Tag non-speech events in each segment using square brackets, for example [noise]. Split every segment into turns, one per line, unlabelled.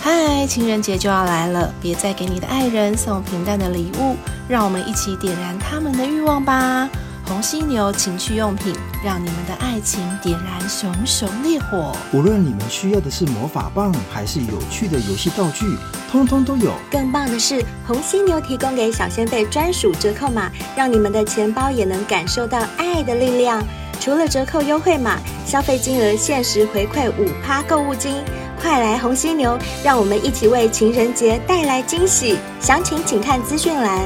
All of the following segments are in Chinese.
嗨，情人节就要来了，别再给你的爱人送平淡的礼物，让我们一起点燃他们的欲望吧！红犀牛情趣用品，让你们的爱情点燃熊熊烈火。
无论你们需要的是魔法棒，还是有趣的游戏道具，通通都有。
更棒的是，红犀牛提供给小先贝专属折扣码，让你们的钱包也能感受到爱的力量。除了折扣优惠码，消费金额限时回馈五趴购物金。快来红犀牛，让我们一起为情人节带来惊喜。详情请看资讯栏。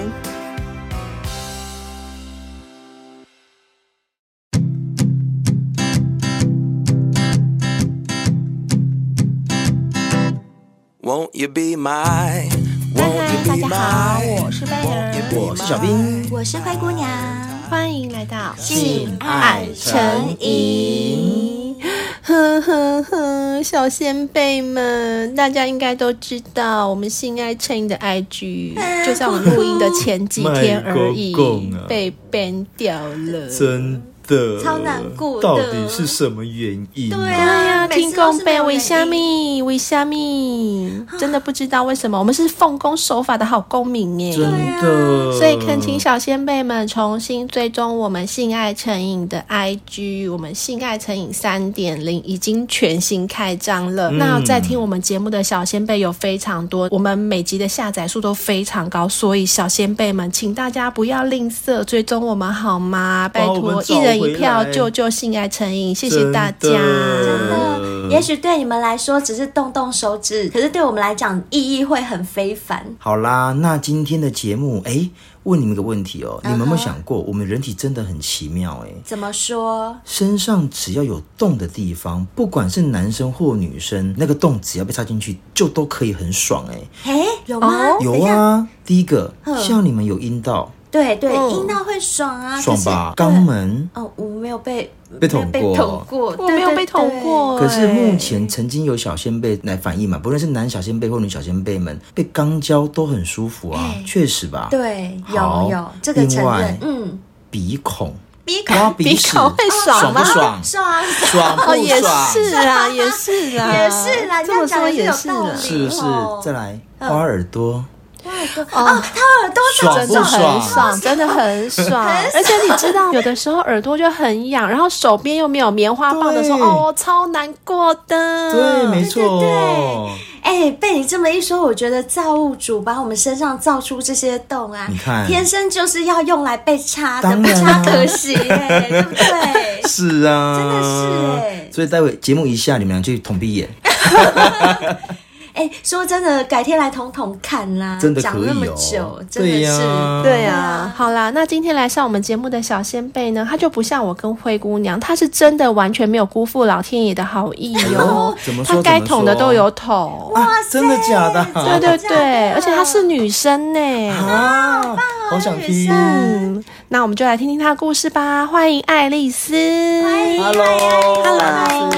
Won't you be my? Won't you
大家好，
be my?
哎
我是贝
Won't
儿，
我
you be
是小
my-
兵，
我是灰姑娘，
欢迎来到
性爱成
瘾。
呵呵呵，小先辈们，大家应该都知道，我们性爱成瘾的 IG 就在我们录音的前几天而已
哎 [laughs] 卖狗狗啊，
被 ban 掉了。
真的
超难过的
呃到底是什么原因、
对
对
啊
呀、
每
听
次都
公
是没
杯
有
为
原
虾
因
米为虾米，真的不知道为什么，我们是奉公守法的好公民耶。
真的，
所以恳请小先辈们重新追踪我们性爱成瘾的 IG，我们性爱成瘾三点零已经全新开张
嗯
了。那在听我们节目的小先辈有非常多，我们每集的下载数都非常高，所以小先辈们，请大家不要吝啬追踪我们好吗？拜
把我们
托，
找
一人一票
回来
救救性爱成瘾，谢
真
谢
的
大家。
真
嗯
的，也许对你们来说只是动动手指，可是对我们来讲意义会很非凡。
好啦，那今天的节目，哎、问你们一个问题哦、
嗯
你们有没有想过，我们人体真的很奇妙、哎，
怎么说？
身上只要有洞的地方，不管是男生或女生，那个洞只要被插进去，就都可以很爽、哎，
哎，有吗？
哦
有
等一下，
啊，第一个
嗯，
像你们有阴道，
对对，
嗯
阴道会爽啊，
爽
可是
吧？
对
肛门。
哦，我没有被
被捅
没有
过
被捅过，
我没有
对
被捅。过、
可是目
哎
前曾经有小先辈来反映嘛，不论是男小先辈或女小先辈们，被肛交都很舒服啊，
哎
确实吧？
对对，对有
好
有这个承
另
认
外，
嗯，
鼻孔，
鼻孔
挖鼻
鼻
屎，
孔会爽
爽
吗
不爽？
爽，
爽不
哦，
爽？
也是啊，也是啦，
也是啦
这么说也是
这样讲
啦
也是有道理。
是不是
哦？
再来，挖耳朵，
哦，
耳朵
爽
真
不
的很
啊爽？
爽，真的很爽。而且你知道，有的时候耳朵就很痒，然后手边又没有棉花棒的时候，
对
哦，超难过的。
对，没错。
[laughs] 哎，被你这么一说，我觉得造物主把我们身上造出这些洞啊，
你看
天生就是要用来被插的，
当
不
然
插
啊？
可惜哎，对不对
[laughs] 是啊，
真的是哎
所以待会节目一下，你们俩去捅鼻眼，
哎，说真的，改天来捅捅看啦，
真的
讲
可以
那么久
哦，。
真的
对
是，
呀，
对啊，好啦，那今天来上我们节目的小先辈呢，她就不像我跟灰姑娘，她是真的完全没有辜负老天爷的好意哦
哦 [laughs] 怎么。说
她该捅的都有捅，
啊，真的假的？
对对
真的假
对，
的
而且她是女生呢。
哦
啊，好想听。
嗯，那我们就来听听她的故事吧。欢迎爱丽丝。
Hello，Hello，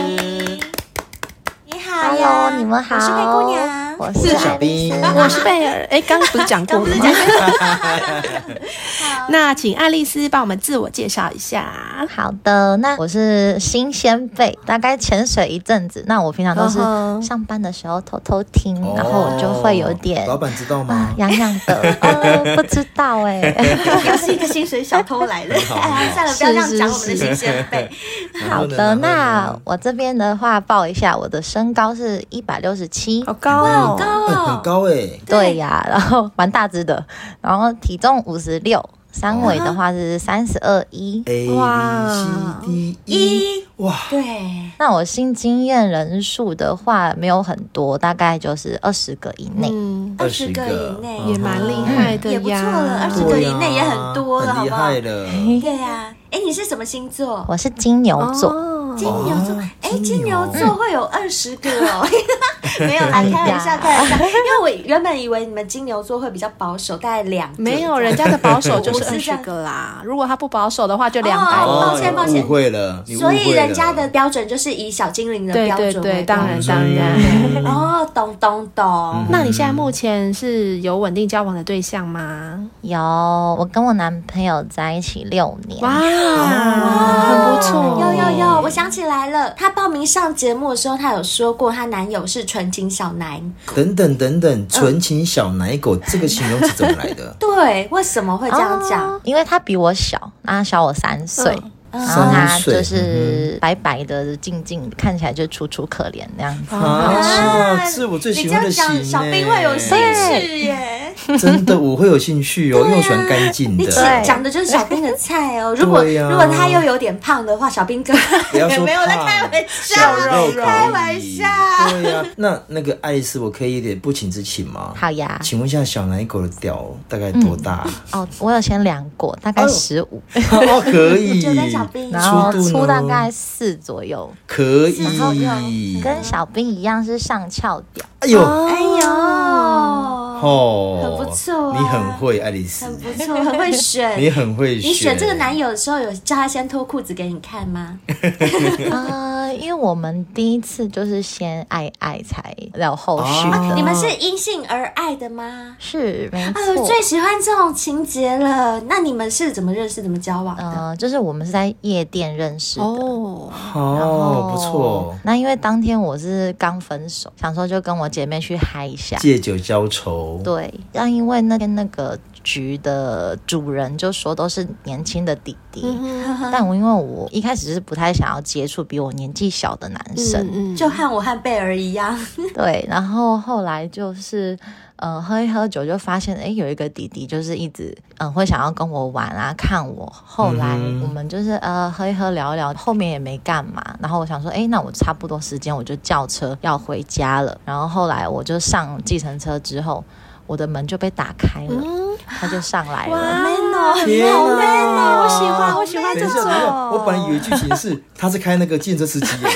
你好呀
Hello，你们好，
我是灰姑娘。
我
我
是
是小兵
哦
我是贝尔，哎，刚刚不是讲过了吗？
[laughs]
那请爱丽丝帮我们自我介绍一下。
好的，那我是新鲜辈，大概潜水一阵子。那我平常都是
嗯哼
上班的时候偷偷听，然后我就会有点
哦老板知道吗？
痒痒的，呃，不知道哎、
[laughs] 又是一个薪水小偷来了，哎，算了，不要这样讲我们的新鲜辈。
嗯
好的，那我这边的话报一下，我的身高是一百六十七，
好高哦，
哎很高哎，
对呀、然后蛮大只的，然后体重五十六，三围的话是三十二一。
A B C D E，哇，
对，
那我性经验人数的话没有很多，大概就是二十个以内。
嗯，
二
二
十
十
个以
个
内
也蛮厉害的呀，
也不错了20个
对呀
以内也很多了
很
好不
厉
好
害了。
对呀。哎，你是什么星座？
我是金牛座，
哦
金牛座
哦，
哎，金
金
牛
牛
座会有二十个哦， [laughs] 没有啦，
哎
开
呀
玩笑，开玩笑，因为我原本以为你们金牛座会比较保守，大概两个
没有人家的保守就是
[laughs] 我是
二
这
十
样
个啦，如果他不保守的话就两百
哦
了。
抱歉抱歉
误会了，你误
所
会了
以人家的标准就是以小精灵的
对
标
对
准
对，
为
当然
标
当
准
然。
哦，懂懂懂，
那你现在目前是有稳定交往的对象吗？
有我跟我男朋友在一起六年，
哇，很
哦
不错，
有有有，我想起来了，她报名上节目的时候，她有说过她男友是纯纯情小奶？
等等等等，纯情小奶狗、这个形容词怎么来的
对，为什么会这样嗯讲？
因为他比我小，那他小我三岁。然后
三
他
岁嗯
就是白白的、静静，看起来就楚楚可怜那样子。
哦
啊，是我最
嗯你
喜
这
欢
样
的型、欸。
讲，小兵会有兴趣耶。
真的，我会有兴趣哦，因为我喜欢干净
啊你
的。
讲讲的就是小兵的菜哦。如果、
对呀啊
如果他又有点胖的话，小兵哥
不要
也
说
没有在
胖
开玩
小
笑，
肉可以
开玩笑。
对呀、那那个爱丽丝，我可以有点不情之请吗？
好
啊
呀，
请问一下，小奶狗的屌大概多大？
哦，我有先量过，大概十五、
嗯
[laughs] 哦，可以
就跟小兵一
然后
粗度呢
粗大概四左右，
可
后又
以。
跟小兵一样是上翘
[laughs]
屌。
哎呦，
哎呦，
哦，
很不错啊
你很会，爱丽丝
很，不错，很会选。
你很会
你选这个男友的时候，有叫他先脱裤子给你看吗？
呃，因为我们第一次就是先爱爱才聊后续
啊
的，
你们是因性而爱的吗？
是没
啊，我
错。
最喜欢这种情节了。那你们是怎么认识、怎么交往的？
呃，就是我们是在夜店认识的。
哦，
哦，不错，
那因为当天我是刚分手，想说就跟我姐妹去嗨一下。
借酒浇愁。
对，但因为那天那个局的主人就说都是年轻的弟弟，但我因为我一开始是不太想要接触比我年纪小的男生，
嗯
就和我和贝儿一样，
啊对，然后后来就是，呃，喝一喝酒就发现，哎，有一个弟弟就是一直，嗯、会想要跟我玩啊，看我。后来
嗯
我们就是呃，喝一喝聊一聊，后面也没干嘛。然后我想说，哎，那我差不多时间我就叫车要回家了。然后后来我就上计程车之后，我的门就被打开了，
嗯
他就上来了。
man 哦，
天
好 man
哪
哦，我喜欢，我喜欢
等一
这
下，等一下，
种。
我本来以为剧情是他是开那个建设司机耶，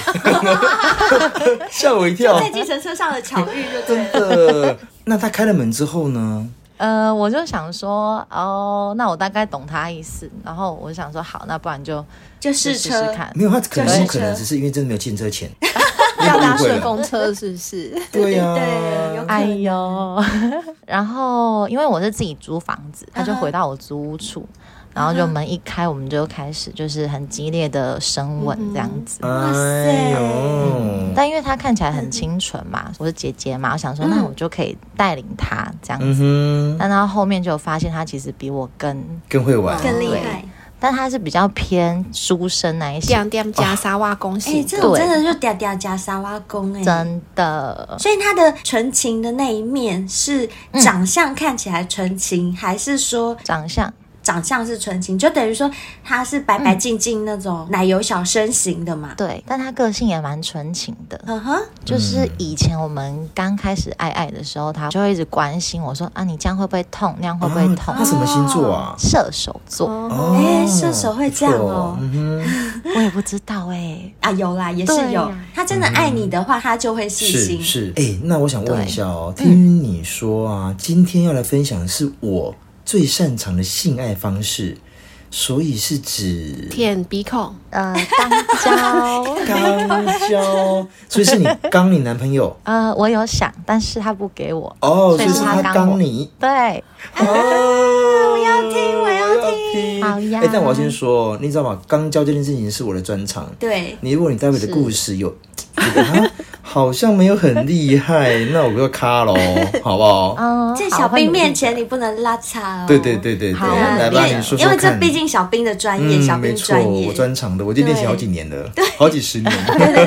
[laughs] 吓我一
哦
跳。
在计程车上的巧遇
[laughs]
就对
真
了。
的？那他开了门之后呢？
呃，我就想说，哦，那我大概懂他意思。然后我想说，好，那不然就
就
就
试
试
车
试看。
没有，他可
就是
能可能
车
只是因为真的没有进车
[laughs]
钱，
要搭
误会
顺
了。
风车是不是？
对呀，
对，有可
[laughs] 哎
能。
呦，然后因为我是自己租房子，他就回到我租屋处。然后就门一开，我们就开始就是很激烈的升吻这样子。
哇
塞
塞！嗯
但因为他看起来很清纯嘛，我是姐姐嘛，我想说那我就可以带领他这样子。
嗯哼，
但他后面就发现他其实比我更，
更会玩，
更厉
嗯
害，
但他是比较偏书生那一些，
点点加沙瓦恭
哎、
喜，
这种
对
真的就嗲嗲加沙挖工哎、
真的。
所以他的纯情的那一面是
嗯
长相看起来纯情，还是说
长相
长相是纯情？就等于说他是白白净净那种奶油小生型的嘛？
对，但他个性也蛮纯情的。
嗯哼，
就是以前我们刚开始爱爱的时候，他就会一直关心我说啊，你这样会不会痛？那样会不会痛？
啊
嗯
他什么星座啊？
射手座，
哦
哎射手会这样哦
不错嗯哼，
我也不知道哎、
啊有啦，也是
对
有
呀。
他真的爱你的话，他就会细
是
心。
嗯是。哎，那我想问一下哦，听你说啊，今天要来分享的是我最擅长的性爱方式，所以是指
舔鼻孔，
呃，当交，
肛交，所以是你刚你男朋友
[laughs] 呃，我有想，但是他不给我。
哦，[laughs]
所
所
以
以
是
是
他
他
刚我
刚你。
对，
哦， [laughs] 我要听，我要听
好呀
哎、但我要先说，你知道吗？肛交这件事情是我的专长。
对，
你如果你待会的故事有， [laughs] 觉得啊好像没有很厉害，那我就卡喽，好不好？
嗯、
哦
哦在
好
小兵面。
会努力
前你不能拉叉哦。
对对对对对，
好
对啊，
来
因
吧，
为
你说说看。嗯
因为这毕竟小兵的专业，小
没
兵
错，
专业
我。专长的，我就练习好几年了，好几
[laughs]
十年。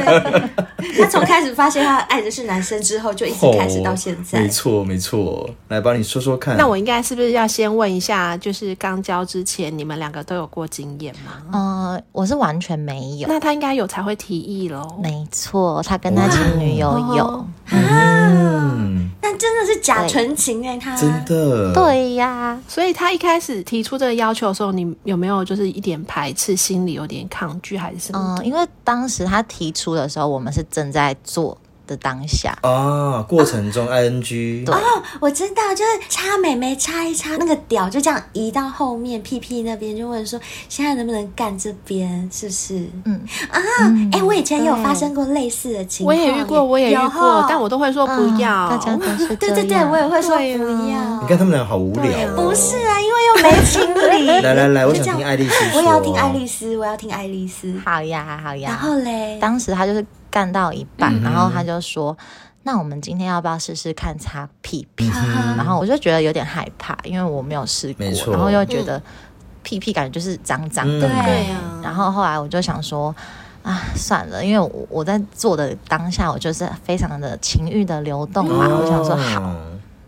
他从开始发现他爱的是男生之后，就一直开始到现在。
哦
啊
没错没错，来吧，你说说看。
嗯那我应该是不是要先问一下，就是刚交之前你们两个都有过经验吗？
呃，我是完全没有。
那他应该有才会提议
嗯
喽。
没错，他跟他前女友有。
哦
嗯，
但真的是假纯情哎、他
真的，，
对呀、
所以他一开始提出这个要求的时候，你有没有就是一点排斥，心里有点抗拒还是什么
嗯、
哦
的？
因为当时他提出的时候，我们是正在做的当下。
啊，过程中 ing，
对
我知道，就是插美眉插一插，那个屌就这样移到后面屁屁那边，就问说现在能不能干这边，是不是？
嗯
啊，哎、我以前有发生过类似的情
我
况，
也遇过，我也遇
有嗯
过
吼，
但我都会说不要。
啊大家都是
对对
这
对，
样
我也会说
对啊
不要。
你看他们俩好无聊、哦。
不是啊，因为又没情理。
[laughs] 来来来，我
就这
想
样
听爱丽丝哦说。
我也要听爱丽丝，我要听爱丽丝。
好呀，好呀。
然后嘞，
嗯
当时他就是干到一半，然后他就说：“那我们今天要不要试试看擦屁屁？然后我就觉得有点害怕，因为我没有试过
嗯没，错
然后又觉得屁屁感觉就是脏脏的。
嗯
对啊
然后后来我就想说。啊，算了，因为我我在做的当下，我就是非常的情欲的流动嘛。
啊
我想说，好，
哦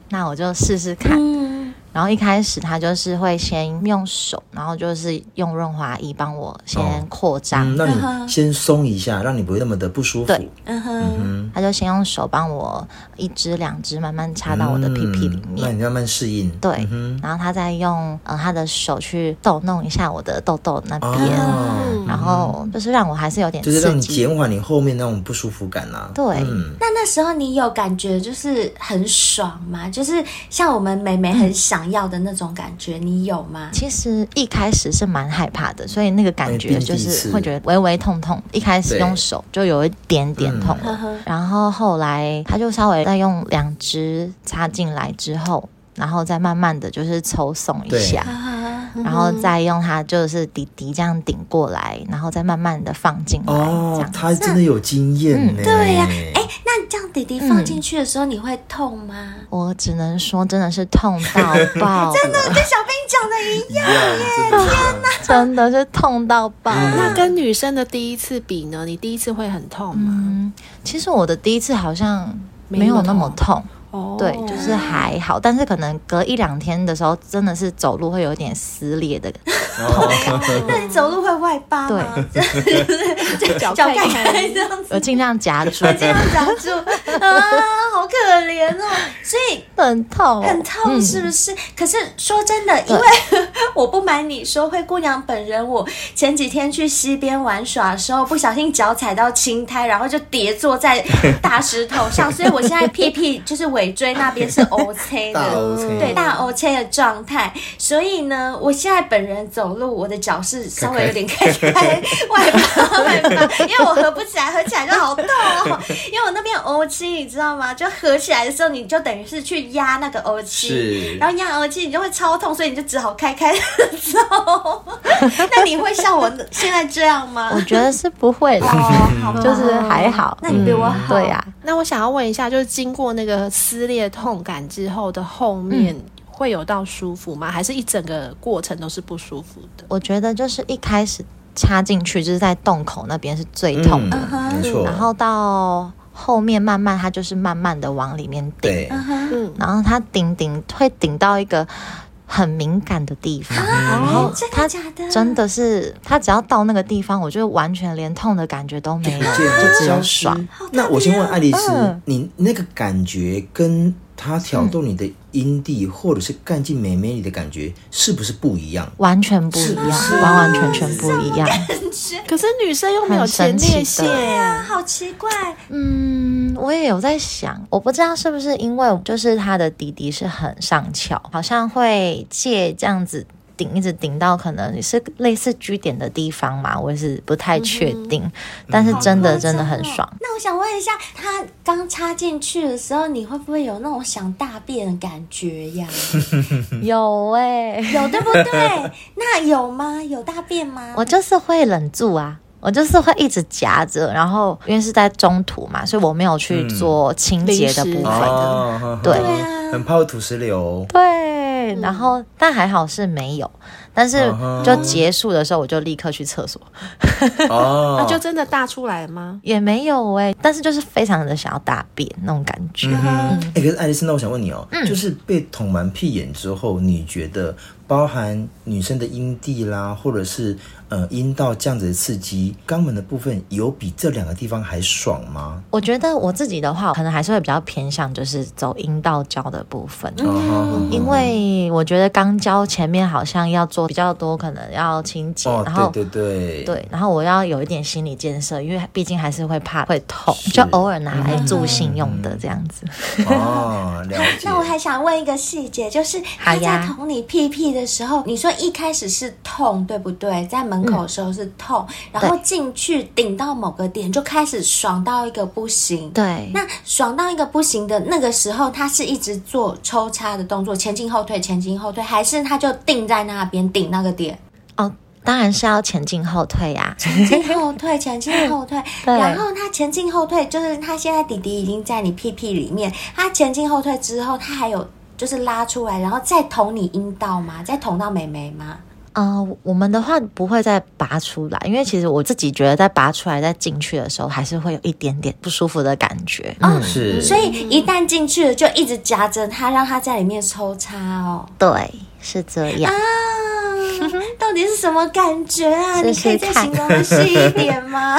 那我就试试看。
嗯，
然后一开始他就是会先用手，然后就是用润滑液帮我先扩
嗯，
张，
让你先松一下，让你不会那么的不舒服。
对
嗯哼，
他就先用手帮我一只两只慢慢插到我的屁屁里
嗯那
面，
你慢慢适应。
对
嗯
然后他再用呃他的手去逗弄一下我的痘痘那
哼，
边，
哦，
然后就是让我还是有点
就是让
刺
你
激，
减缓你后面那种不舒服感啦、
对
嗯，
那那时候你有感觉就是很爽吗？就是像我们美眉很想要的那种感觉，你有吗？
其实一开始是蛮害怕的，所以那个感
因
觉
为毕
就
竟第一次
是会觉得微微痛痛，一开始
对
用手就有一点点痛了。
呵
嗯
呵，
然后后来他就稍微再用两只插进来之后，然后再慢慢的就是抽送一下，
啊
然后再用它就是底底这样顶过来，然后再慢慢的放进来，这
哦，
样。嗯
他真的有经验呢、
对呀
哎、
那这样弟弟放进去的时候，你会痛吗？
嗯
我只能说，真的是痛到
[laughs]
爆，真的
跟小兵讲的一样，
一样，真的一样。
真的是痛到爆。
那跟女生的第一次比呢？你第一次会很痛吗？
嗯，其实我的第一次好像没有那么痛，
嗯
哦
对，就是还好，但是可能隔一两天的时候，真的是走路会有点撕
[laughs]
裂的
那你走路会外八吗？对，
[laughs]
脚
脚
盖
盖
开这样子，
我尽量夹住，
这样夹住啊，好可怜哦，所以。
很痛，
很痛
嗯
是不是？可是说真的，因
对
为 [laughs] 我不瞒你说，灰姑娘本人，我前几天去溪边玩耍的时候，不小心脚踩到青苔，然后就跌坐在大石头上，所以我现在屁屁就是尾椎那边是 O C
大
的。
OK，
对大 O K 的状态，所以呢，我现在本人走路，我的脚是稍微有点开开 [laughs] 外八外八，因为我合不起来，合起来就好痛哦。因为我那边 O 七，你知道吗？就合起来的时候，你就等于是去压那个 O 七
是，
然后压 O 七，你就会超痛，所以你就只好开开地走。 [laughs] 那你会像我现在这样吗？
嗯我觉得是不会
[laughs]
的，
好吧
就是还好。
哦
嗯
那你比我好，
对呀、
那我想要问一下，就是经过那个撕裂痛感之后的后面，会有到舒服吗？还是一整个过程都是不舒服的？
我觉得就是一开始插进去，就是在洞口那边是最痛的，
嗯、没错。
然后到后面慢慢它就是慢慢的往里面顶，
对，
嗯，
然后它顶顶会顶到一个很敏感的地
嗯
方，然后
哦真的
它
假的？
真的是它只要到那个地方，我就完全连痛的感觉都没有，就只有爽。。
那我先问爱丽丝，
嗯
你那个感觉跟他挑逗你的阴蒂，或者是干进美美里的感觉，是不是不一样？
完全不一样，完完全全不一样。
可是女生又没有
很
前
神奇
列腺
的
啊，好奇怪，
嗯，我也有在想，我不知道是不是因为就是他的弟弟是很上翘，好像会借这样子顶，一直顶到可能是类似据点的地方嘛，我也是不太确定。
嗯
但是真的真的很爽，
那我想问一下，他刚插进去的时候，你会不会有那种想大便的感觉
[laughs]
呀？
嗯
有哎、
有对不对？那有吗？有大便吗？
我就是会忍住啊。我就是会一直夹着，然后因为是在中途嘛，所以我没有去做清洁的
临时
部分。
反
哦，呵呵
对
啊
很怕有土石流。
对，然后但还好是没有，但是
嗯哼
就结束的时候我就立刻去厕所，
那
[laughs]
哦，
就真的大出来吗？
也没有哎、但是就是非常的想要大便那种感觉。
哎、可是爱丽丝，那我想问你哦，就是被捅完屁眼之后，你觉得包含女生的阴蒂啦，或者是呃阴道这样子的刺激，肛门的部分有比这两个地方还爽吗？
我觉得我自己的话，可能还是会比较偏向就是走阴道交的部分。
嗯
因为我觉得肛交前面好像要做比较多，可能要清洁，
哦
然后，
对对对，
对，然后我要有一点心理建设，因为毕竟还是会怕会痛，就偶尔拿来
嗯
助兴用的这样子。
哦，了解。
那我还想问一个细节，就是他
好呀
在捅你屁屁的时候，你说一开始是痛，对不对？在门口的
嗯
时候是痛，然后进去顶到某个点就开始爽到一个不行。
对，
那爽到一个不行的那个时候，他是一直做抽插的动作，前进后退，前进后退，还是他就定在那边顶那个点？
哦，当然是要前进后退啊
[laughs]
呀、
前进后退，前进后退，
对
然后他前进后退，就是他现在弟弟已经在你屁屁里面，他前进后退之后，他还有就是拉出来，然后再捅你阴道吗？再捅到美眉吗？
呃，我们的话不会再拔出来，因为其实我自己觉得在拔出来、再进去的时候，还是会有一点点不舒服的感觉。
嗯，是，
所以一旦进去了，就一直夹着他，让他在里面抽插哦。
对，是这样。 [laughs]
啊，到底是什么感觉啊？
试
你可以
试
再
看
形容的细一点
[laughs]
吗？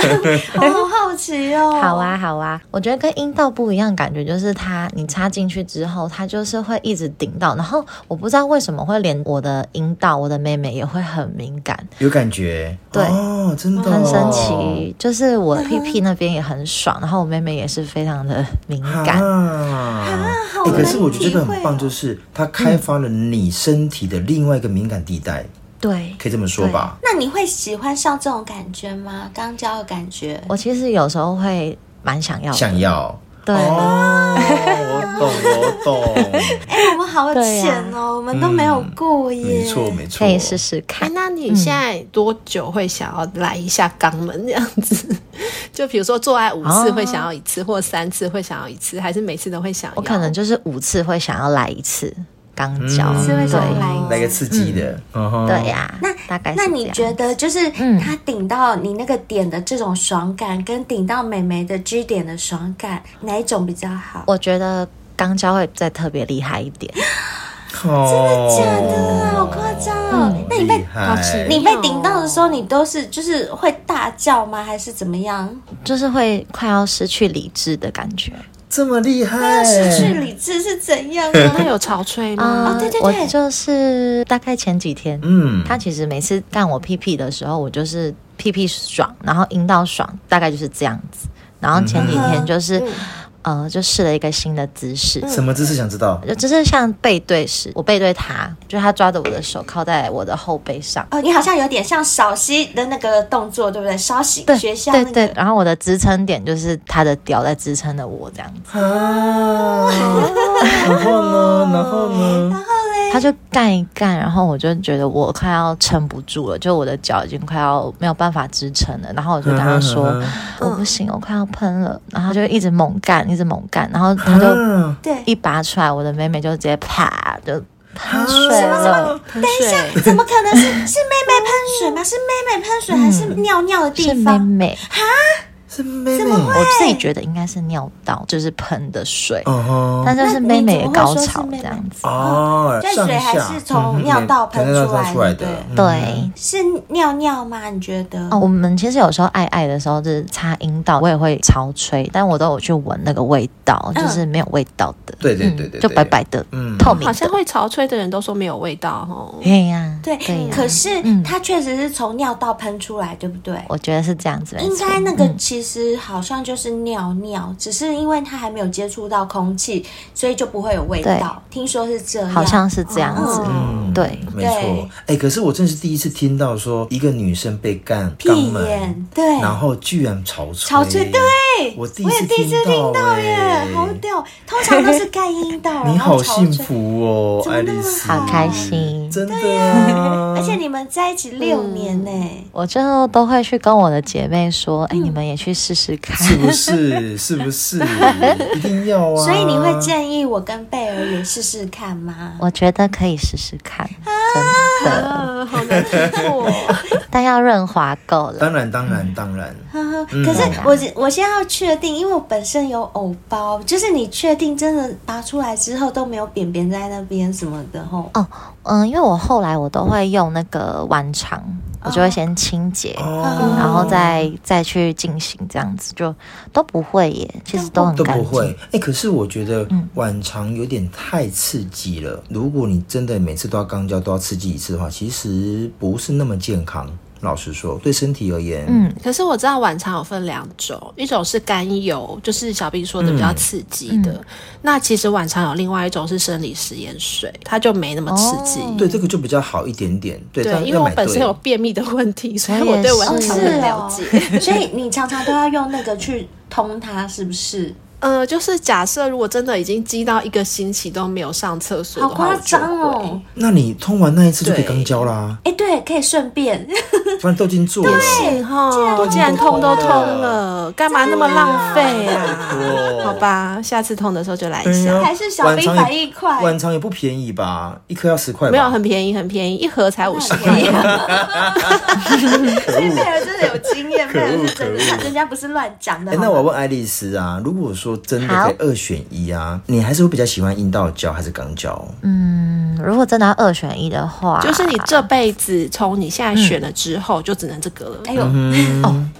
我好好奇哦。
好，啊，好啊，我觉得跟阴道不一样，感觉就是它，你插进去之后，它就是会一直顶到，然后我不知道为什么会连我的阴道，我的妹妹也会很敏感，
有感觉，
对
哦，真的、哦、
很神奇，就是我的屁屁那边也很爽，然后我妹妹也是非常的敏 [laughs] 感，
啊
好
欸
难
可是我觉得这个很
体会
棒，
哦
就是它开发了你身体的另外一个敏感地带，
对。
可以这么说吧？
那你会喜欢上这种感觉吗？刚交的感觉，
我其实有时候会蛮想要的，
想要
对，
哦，我懂，我懂，
哎、我们好
对啊
浅哦、我们都没有过耶。
嗯没错，没错，
可以试试
哎、
看。
那你现在多久会想要来一下肛门这样子？ [laughs] 就比如说做爱五次
哦
会想要一次，或三次会想要一次，还是每次都会想要？
我可能就是五次会想要来一次肛交，
是会想来一次
来个刺激的，嗯哼
对，呀、
那
大概是
那
这
你
样
觉得，就是
嗯
它顶到你那个点的这种爽感，跟顶到美眉的 G 点的爽感，哪一种比较好？
我觉得肛交会再特别厉害一点。
哦
假的啊，好夸张哦！那你被
厉害，
你被顶到的时候，你都是就是会大叫吗？还是怎么样？
就是会快要失去理智的感觉
这么厉害，
失去理智是怎样啊？
[laughs]
那有潮吹吗？
啊、
哦对对对
我就是大概前几天，
嗯，
他其实每次干我屁屁的时候，我就是屁屁爽，然后阴道爽，大概就是这样子。然后前几天就是，
嗯
呃，就试了一个新的姿势，
什么姿势想知道？
就就是像背对时，我背对他，就是他抓着我的手靠在我的后背上，
哦，你好像有点像少熙的那个动作，对不对？少熙
对，
学校那
对
个，
对，然后我的支撑点就是他的屌在支撑着我这样子，
啊，然后呢？然后呢？
哎
他就干一干，然后我就觉得我快要撑不住了，就我的脚已经快要没有办法支撑了，然后我就跟他说
嗯嗯
我不行，我快要喷了，然后他就一直猛干，一直猛干，然后他就
嗯
对
一拔出来，我的妹妹就直接啪就喷水了，
喷水
怎么可能是是妹妹喷水吗？是妹妹喷水还是尿尿的
嗯是
地
妹
方？
妹，
是妹妹，
我自己觉得应该是尿道就是喷的水，
嗯哼，
但就是妹妹也高
那你怎
潮
么会说是妹妹
这样子，
哦，
这
上
水还
下
是从
嗯
尿道喷
从尿道
出
出
来
来的，
的
嗯
对，
是尿尿吗？你觉得？
哦，我们其实有时候爱爱的时候就是擦阴道，我也会潮吹，但我都有去闻那个味道，
嗯
就是没有味道的，
对对对对对
就白白的，
嗯
透明
好像
的。
会潮吹的人都说没有味道哦。
哎呀，
对，
呀
可是
嗯
它确实是从尿道喷出来，对不对？
我觉得是这样子，没
应
错
该那个
嗯
其实好像就是尿尿，只是因为它还没有接触到空气，所以就不会有味道。听说是这样，
好像是这样子，
嗯
对，
没错
对。
哎，可是我真是第一次听到说一个女生被干肛
屁
门
眼，对，
然后居然潮吹，
潮吹，对，
我第一
我也
次
第一次听到耶
哎，
好屌！通常都是盖
[laughs]
阴道，
你
然后
好
潮
幸
吹。
福哦，
怎么
爱
那
丽
么
丝，
好开心。
真的啊， [laughs]
而且你们在一起六
嗯
年欸呢、
我就都会去跟我的姐妹说，
嗯
哎，你们也去试试看。
是不是？是不
[laughs]
是？一定要啊！
所以你会建议我跟贝尔也试试看吗？
我觉得可以试试看，
啊
真的，
啊，好难听哦！
但要润滑够了。
当然，当然，当然，
呵呵，可是我只我现在要确定，因为我本身有偶包，就是你确定真的拔出来之后都没有便便在那边什么的吼。
哦，嗯，因为我后来我都会用那个碗肠，我就会先清洁，
哦
嗯
然后再再去进行这样子，就都不会耶，其实都很
都
干
不
净。嗯
会。哎、可是我觉得晚肠有点太刺激了。如果你真的每次都要肛交都要刺激一次的话，其实不是那么健康。老实说，对身体而言，
嗯，
可是我知道晚肠有分两种，一种是甘油，就是小兵说的比较刺激的。那其实晚肠有另外一种是生理食盐水，它就没那么刺激。
对这个就比较好一点点。对，但
嗯对，因为
要
我
买
本身
对
有便秘的问题，所以
我也
我对
是
晚肠
哦是
很
哦 [laughs]
了解。
所以你常常都要用那个去通它，是不是？
呃，就是假设如果真的已经积到一个星期都没有上厕所的
好
话，
夸张哦！
那你通完那一次就可以
对
刚交啦，
哎， [laughs] 对，可以顺便，
反正都已经做了。
是哈，既哦然痛都痛了，
啊
干嘛那么浪费啊？好吧，下次痛的时候就来一
啊
下。
还是小
晚
兵
肠也
反应快
晚肠也不便宜吧？一颗要十块吧，
没有很便宜，很便宜，一盒才五十块。
啊
所以贝尔真的有经验，贝尔是真的，人家不是乱讲的
哎、。
好吗
那我要问爱丽丝啊，如果说真的可以二选一啊，你还是会比较喜欢阴道胶还是肛胶？
嗯，如果真的要二选一的话，
就是你这辈子从你现在选了之后，就只能这个了。
哎呦，
嗯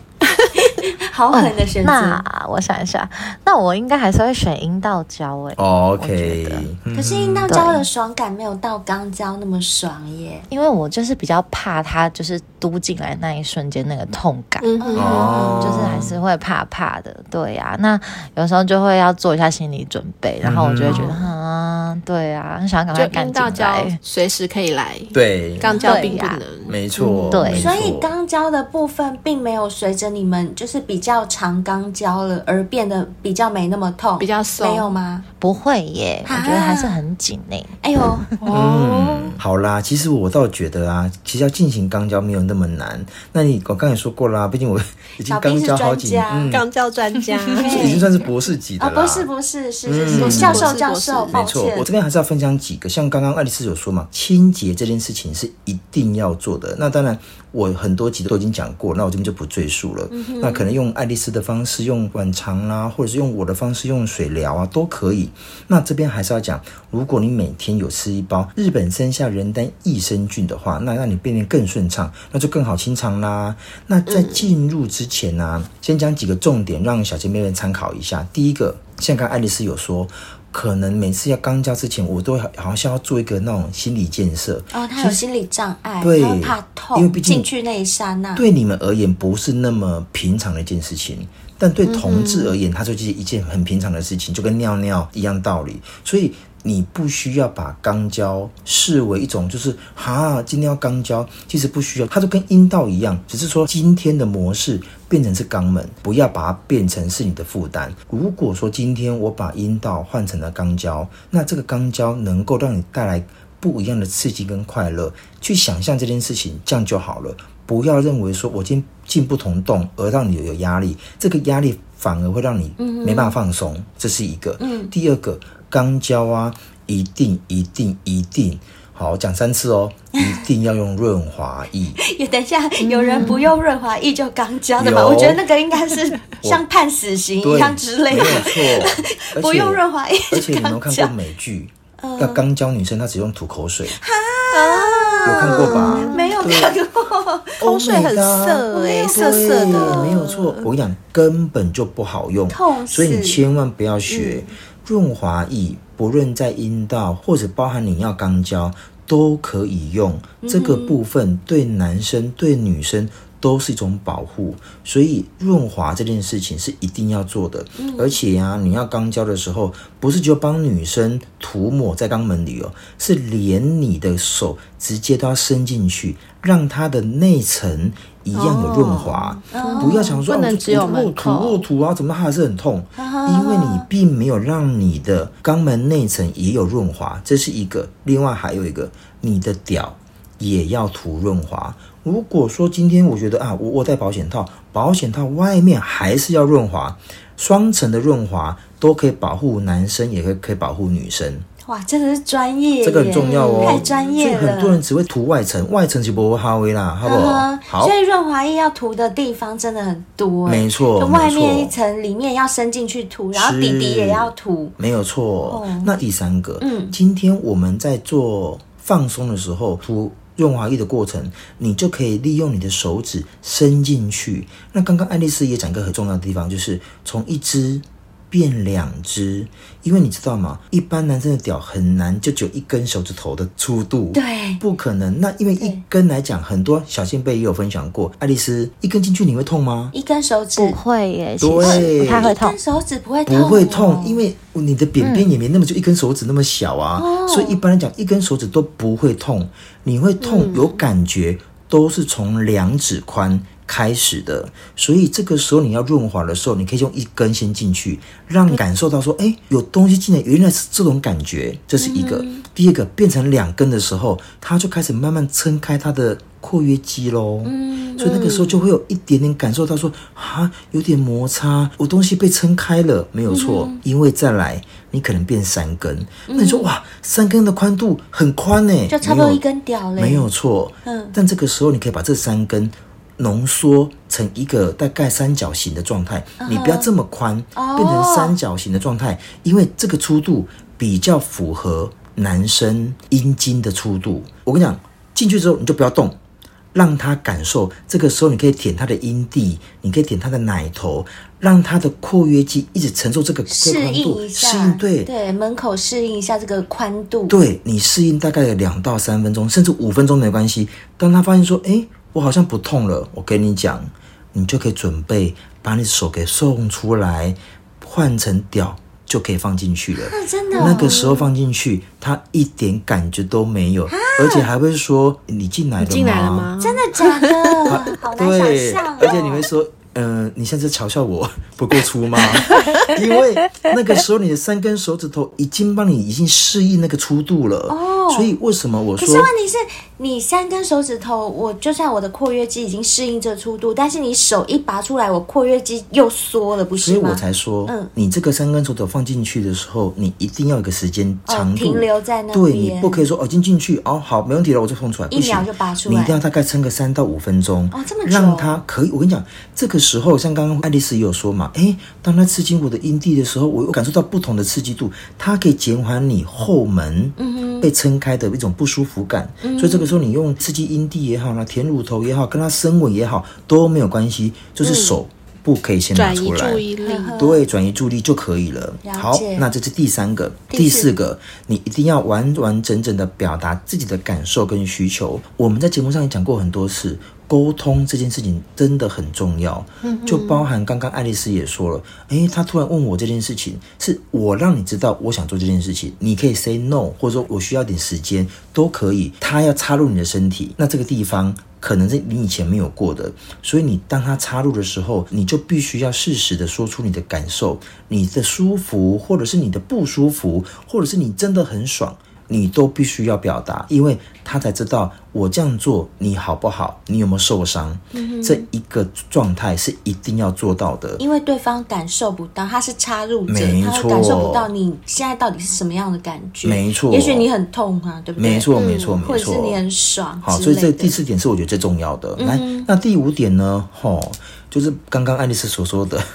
好狠的选择。
那我想一下，那我应该还是会选阴道胶诶、
哦
我觉
OK，
得
可是阴道胶的爽感没有到肛胶那么爽耶。
因为我就是比较怕它就是嘟进来那一瞬间那个痛感。
嗯哼，
哦，
就是还是会怕怕的，对呀、那有时候就会要做一下心理准备，然后我就会觉得，嗯，对呀、很想赶
就
快
阴
赶
道
进
胶
来。
随时可以来，
对，
肛交并不
对
能。
没错，
嗯对
没错
所以肛交的部分并没有随着你们就是比较长肛交了而变得比较没那么痛，
比较松
没有吗？
不会耶，我
啊
觉得还是很紧呢、
啊
哎呦，
嗯，好啦，其实我倒觉得啊，其实要进行肛交没有那么难。那你我刚才说过啦，毕竟我已经
小兵
肛
是
交好几，
专家
嗯，
肛交专 [laughs] 家，
已经算是博士级的
啊，
啦。
不是不是，是是
嗯
是，教授教
不
授，
是
没
抱
错，
歉
我，这边还是要分享几个，像刚刚爱丽丝有说嘛，清洁这件事情是一定要做的。那当然，我很多集都已经讲过，那我这边就不赘述了。
嗯
那可能用爱丽丝的方式，用晚肠啦、或者是用我的方式，用水疗啊，都可以。那这边还是要讲，如果你每天有吃一包日本生下人丹益生菌的话，那让你变得更顺畅，那就更好清肠啦。那在进入之前呢、先讲几个重点，让小姐妹们参考一下。第一个，像刚刚爱丽丝有说。可能每次要刚交之前，我都好像要做一个那种心理建设。
哦，他有心理障碍，
对
他会怕
因为
痛，
毕竟
进去那一刹那，
对你们而言不是那么平常的一件事情，但对同志而言，它就是一件很平常的事情，就跟尿尿一样道理。所以你不需要把肛交视为一种就是哈，今天要肛交，其实不需要，它就跟阴道一样，只是说今天的模式变成是肛门，不要把它变成是你的负担。如果说今天我把阴道换成了肛交，那这个肛交能够让你带来不一样的刺激跟快乐，去想象这件事情，这样就好了。不要认为说我今天进不同洞而让你有压力，这个压力反而会让你
嗯
没办法放松，这是一个。嗯，第二个肛交啊，一定一定一定，好讲三次
[laughs]
哦，一定要用润滑液。
[laughs] 也等一下，有人不用润滑液就肛交的吧？
有
我觉得那个应
[laughs]
该是像判死刑一
对，
样之类
没
的，
有。错而
[laughs] 不
且
用润滑液
而且你有没有看
刚交嗯
过美剧？要刚教女生，她只用吐口水，有看过吧？Oh
没有看过，
口水很涩哎、涩涩的。
对没有错。我跟你讲，根本就不好用
痛，死
所以你千万不要学润滑液，不论在阴道或者包含你要肛交都可以用。这个
嗯
部分对男生对女生。都是一种保护，所以润滑这件事情是一定要做的。而且啊，你要肛交的时候，不是就帮女生涂抹在肛门里哦，是连你的手直接都要伸进去，让它的内层一样有润滑。
哦
不要想说
不能
啊我就
只有
我就
门
握
口
土握土啊，怎么它还是很痛？因为你并没有让你的肛门内层也有润滑，这是一个。另外还有一个，你的屌也要涂润滑。如果说今天我觉得啊，我我戴保险套，保险套外面还是要润滑，双层的润滑都可以保护男生，也可以可以保护女生。
哇，真的是专业耶，
这个很重要哦，
太专
所
业
以
了。
很多人只会涂外层，外层是不会哈威啦，好不好
嗯？哼
好
所，以润滑液要涂的地方真的很多哎，
没错
就外面
没错
一层，里面要伸进去涂，然后
是
底底也要涂。
没有错。
哦
那第三个，嗯，今天我们在做放松的时候涂。润滑液的过程，你就可以利用你的手指伸进去。那刚刚爱丽丝也讲一个很重要的地方，就是从一只变两只，因为你知道吗？一般男生的屌很难就只有一根手指头的粗度，
对
不可能。那因为一根来讲，很多小先辈也有分享过，爱丽丝一根进去你会痛吗？
一根手指
不会耶，其
对
实不太会
一
痛
根。手指不会痛哦，
不会痛，啊因为你的扁边也没那么就一根手指那么小啊，所以一般来讲，一根手指都不会痛。你会痛有感觉，都是从两指宽开始的，所以这个时候你要润滑的时候，你可以用一根先进去，让你感受到说，哎，有东西进来，原来是这种感觉，这是一个。第二个变成两根的时候，它就开始慢慢撑开它的括约肌喽。嗯，所以那个时候就会有一点点感受到说，啊，有点摩擦，我东西被撑开了，没有错。
嗯
因为再来，你可能变三根，那你说哇，三根的宽度很宽呢，
就差不多
没有
一根屌嘞
没有错。
嗯
但这个时候你可以把这三根浓缩成一个大概三角形的状态，你不要这么宽，
嗯哦
变成三角形的状态，因为这个粗度比较符合男生阴茎的粗度。我跟你讲，进去之后你就不要动。让他感受，这个时候你可以舔他的阴蒂，你可以舔他的奶头，让他的括约肌一直承受这个这
适
个宽度
应一下，
适应对
对，门口适应一下这个宽度，
对你适应大概有两到三分钟，甚至五分钟没关系。当他发现说，哎，我好像不痛了，我跟你讲，你就可以准备把你手给送出来，换成屌就可以放进去了。
啊，真的哦、
那个时候放进去，他一点感觉都没有，而且还会说你进来了吗？
进来了吗？
真的
[laughs]
假的？好难想
对
象、哦，，
而且你会说，嗯，你现在嘲笑我不够粗吗？ [laughs] 因为那个时候你的三根手指头已经帮你已经适应那个粗度了，
哦
所以为什么我
可是
说
问题是，你三根手指头，我就算我的括约肌已经适应这粗度，但是你手一拔出来，我括约肌又缩了，不
所以
是吗？
我才说，
嗯
你这个三根手指头放进去的时候，你一定要有个时间长
哦
度、
停留在那边
对你不可以说哦，已经进去哦，好，没问题了，我就放出来，
一秒
不行
就拔出来
你一定要大概撑个三到五分钟
哦这么久
让它可以。我跟你讲，这个时候像刚刚爱丽丝也有说嘛，诶，当它刺激我的阴蒂的时候，我又感受到不同的刺激度，它可以减缓你后门
嗯
被撑开的一种不舒服感。所以这个时候你用刺激阴蒂也好啦，舔乳头也好，跟它深吻也好都没有关系，就是
嗯
手。不可以先拿
转移
出来，
注意力，
对，转移注意力就可以了。
了
好
解，
那这是第三个，
第
第
四
四个，你一定要完完整整的表达自己的感受跟需求。我们在节目上也讲过很多次，沟通这件事情真的很重要。就包含刚刚爱丽丝也说了，诶，她突然问我这件事情，是我让你知道我想做这件事情，你可以 say no，或者说我需要点时间都可以。她要插入你的身体，那这个地方可能是你以前没有过的，所以你当它插入的时候，你就必须要适时的说出你的感受，你的舒服，或者是你的不舒服，或者是你真的很爽，你都必须要表达，因为他才知道我这样做你好不好，你有没有受伤，这一个状态是一定要做到的。
嗯因为对方感受不到，他是插入者
没，
他会
错
感受不到你现在到底是什么样的感觉。
没错
也许你很痛啊，对不对？
没错，没错，
或
没
者是
错。
你很爽
好，
之
所以这
类的嗯
第四点是我觉得最重要的。来，那第五点呢？吼、就是刚刚爱丽丝所说的， [laughs]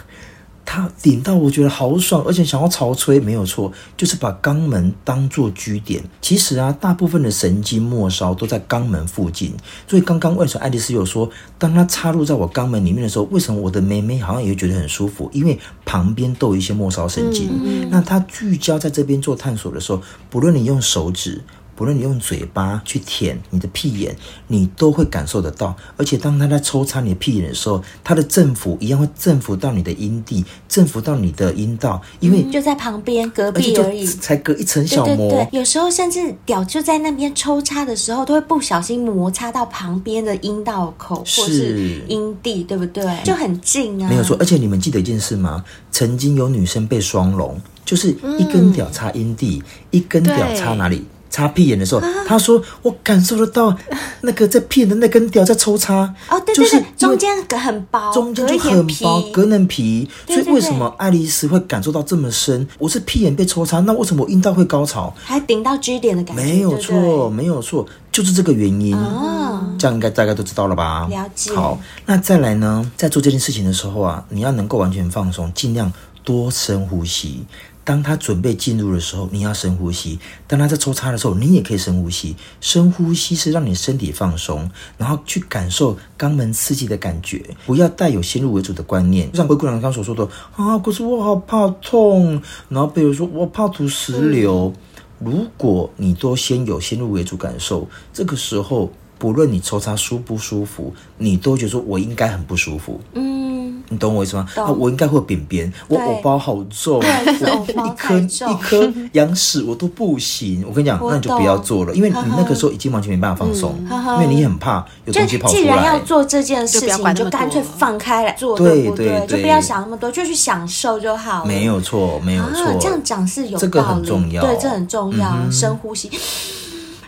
她顶到我觉得好爽，而且想要潮吹，没有错，就是把肛门当做居点。其实啊，大部分的神经末梢都在肛门附近，所以刚刚为什么爱丽丝有说，当它插入在我肛门里面的时候，为什么我的妹妹好像也觉得很舒服？因为旁边都有一些末梢神经，
嗯
那它聚焦在这边做探索的时候，不论你用手指。不论你用嘴巴去舔你的屁眼，你都会感受得到。而且当它在抽插你的屁眼的时候，它的振幅一样会振幅到你的阴蒂，振幅到你的阴道，因为、
就在旁边隔
而且
壁而已
就。才隔一层
对
小
对
膜。
对，有时候甚至屌就在那边抽插的时候，都会不小心摩擦到旁边的阴道口
是
或是阴蒂，对不对？就很近啊。
没有错，而且你们记得一件事吗？曾经有女生被双龙，就是一根屌插阴蒂，
嗯
一根屌插哪里？插屁眼的时候，
啊
她说：“我感受得到那个在屁眼的那根屌在抽插。”
哦，对
就
对
是
对，
因为
中间隔很薄，
中间
隔
就
一点
很
皮
薄，隔嫩皮，
对
所以
对
为什么爱丽丝会感受到这么深？我是屁眼被抽插，那为什么我阴道会高潮？
还顶到 G 点的感觉，
没有
对不
错，没有错，就是这个原因。
哦，
这样应该大概都知道了吧？
了解
好，那再来呢，在做这件事情的时候啊，你要能够完全放松，尽量多深呼吸。当他准备进入的时候，你要深呼吸；当他在抽插的时候，你也可以深呼吸。深呼吸是让你身体放松，然后去感受肛门刺激的感觉，不要带有先入为主的观念。就像灰姑娘刚所说的啊，可是我好怕痛，然后比如说我怕吐石榴。如果你都先有先入为主感受，这个时候不论你抽插舒不舒服，你都觉得说我应该很不舒服。
嗯，
你懂我意思吗？
懂
啊，我应该会有扁扁，我
对
藕包好重，
对
我
是藕包
一颗
太重
一颗羊屎我都不行。我跟你讲，
我
那你就不要
懂嗯
做了，因为你那个时候已经完全没办法放松，因为你很怕有
就
东西跑出
既然要
来。
做这件
就
事
不要
情，
管
你
那
就
么
干脆
多
放开来做，
对
不
对
就
对
不要想那么多，就去享受就好了。
没有错，没有错，
啊，这样讲是有
这个
道
很
理，
重要嗯
对，这很重要，深呼吸。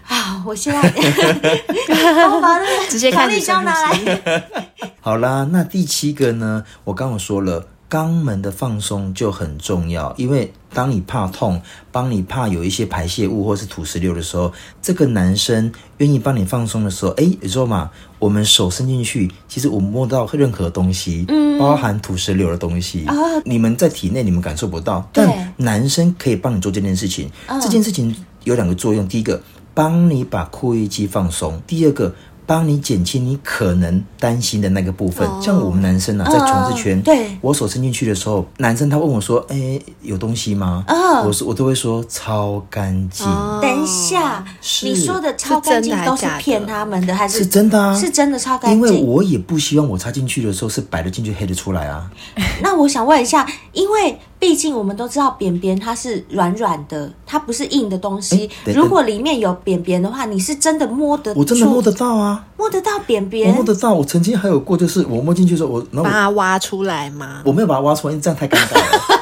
啊！
[laughs]
我现在帮我把那个
直接看
弹力
你
胶
深呼
拿
吸
来。
好啦，那第七个呢？我刚刚说了，肛门的放松就很重要，因为当你怕痛，帮你怕有一些排泄物或是土石流的时候，这个男生愿意帮你放松的时候，哎，有时候嘛，我们手伸进去，其实我摸不到任何东西，嗯，包含土石流的东西啊，你们在体内你们感受不到，
对
但男生可以帮你做这件事情。
嗯
这件事情有两个作用，第一个帮你把括约肌放松，第二个。帮你减轻你可能担心的那个部分，像我们男生啊，在床
哦嗯
子圈，
对
我手伸进去的时候，男生他问我说：“哎，有东西吗？”
嗯哦
我说我都会说超干净，
等一下，
是
你说的超干净
哦是真的还
都是
假的
骗他们的，还是
是真的啊，
是真的超干
因
净。
为我也不希望我插进去的时候是白的进去，黑的出来啊。
那我想问一下，因为毕竟我们都知道扁扁它是软软的，它不是硬的东西
哎。等
如果里面有扁扁的话，你是真的摸得出，
我真的摸得到啊，
摸得到扁
我
扁，
摸得到。我曾经还有过，就是我摸进去的时候，我然
把
啊
后
它挖出来 [laughs] 吗？
我我没有把它挖出来，因为这样太尴尬了。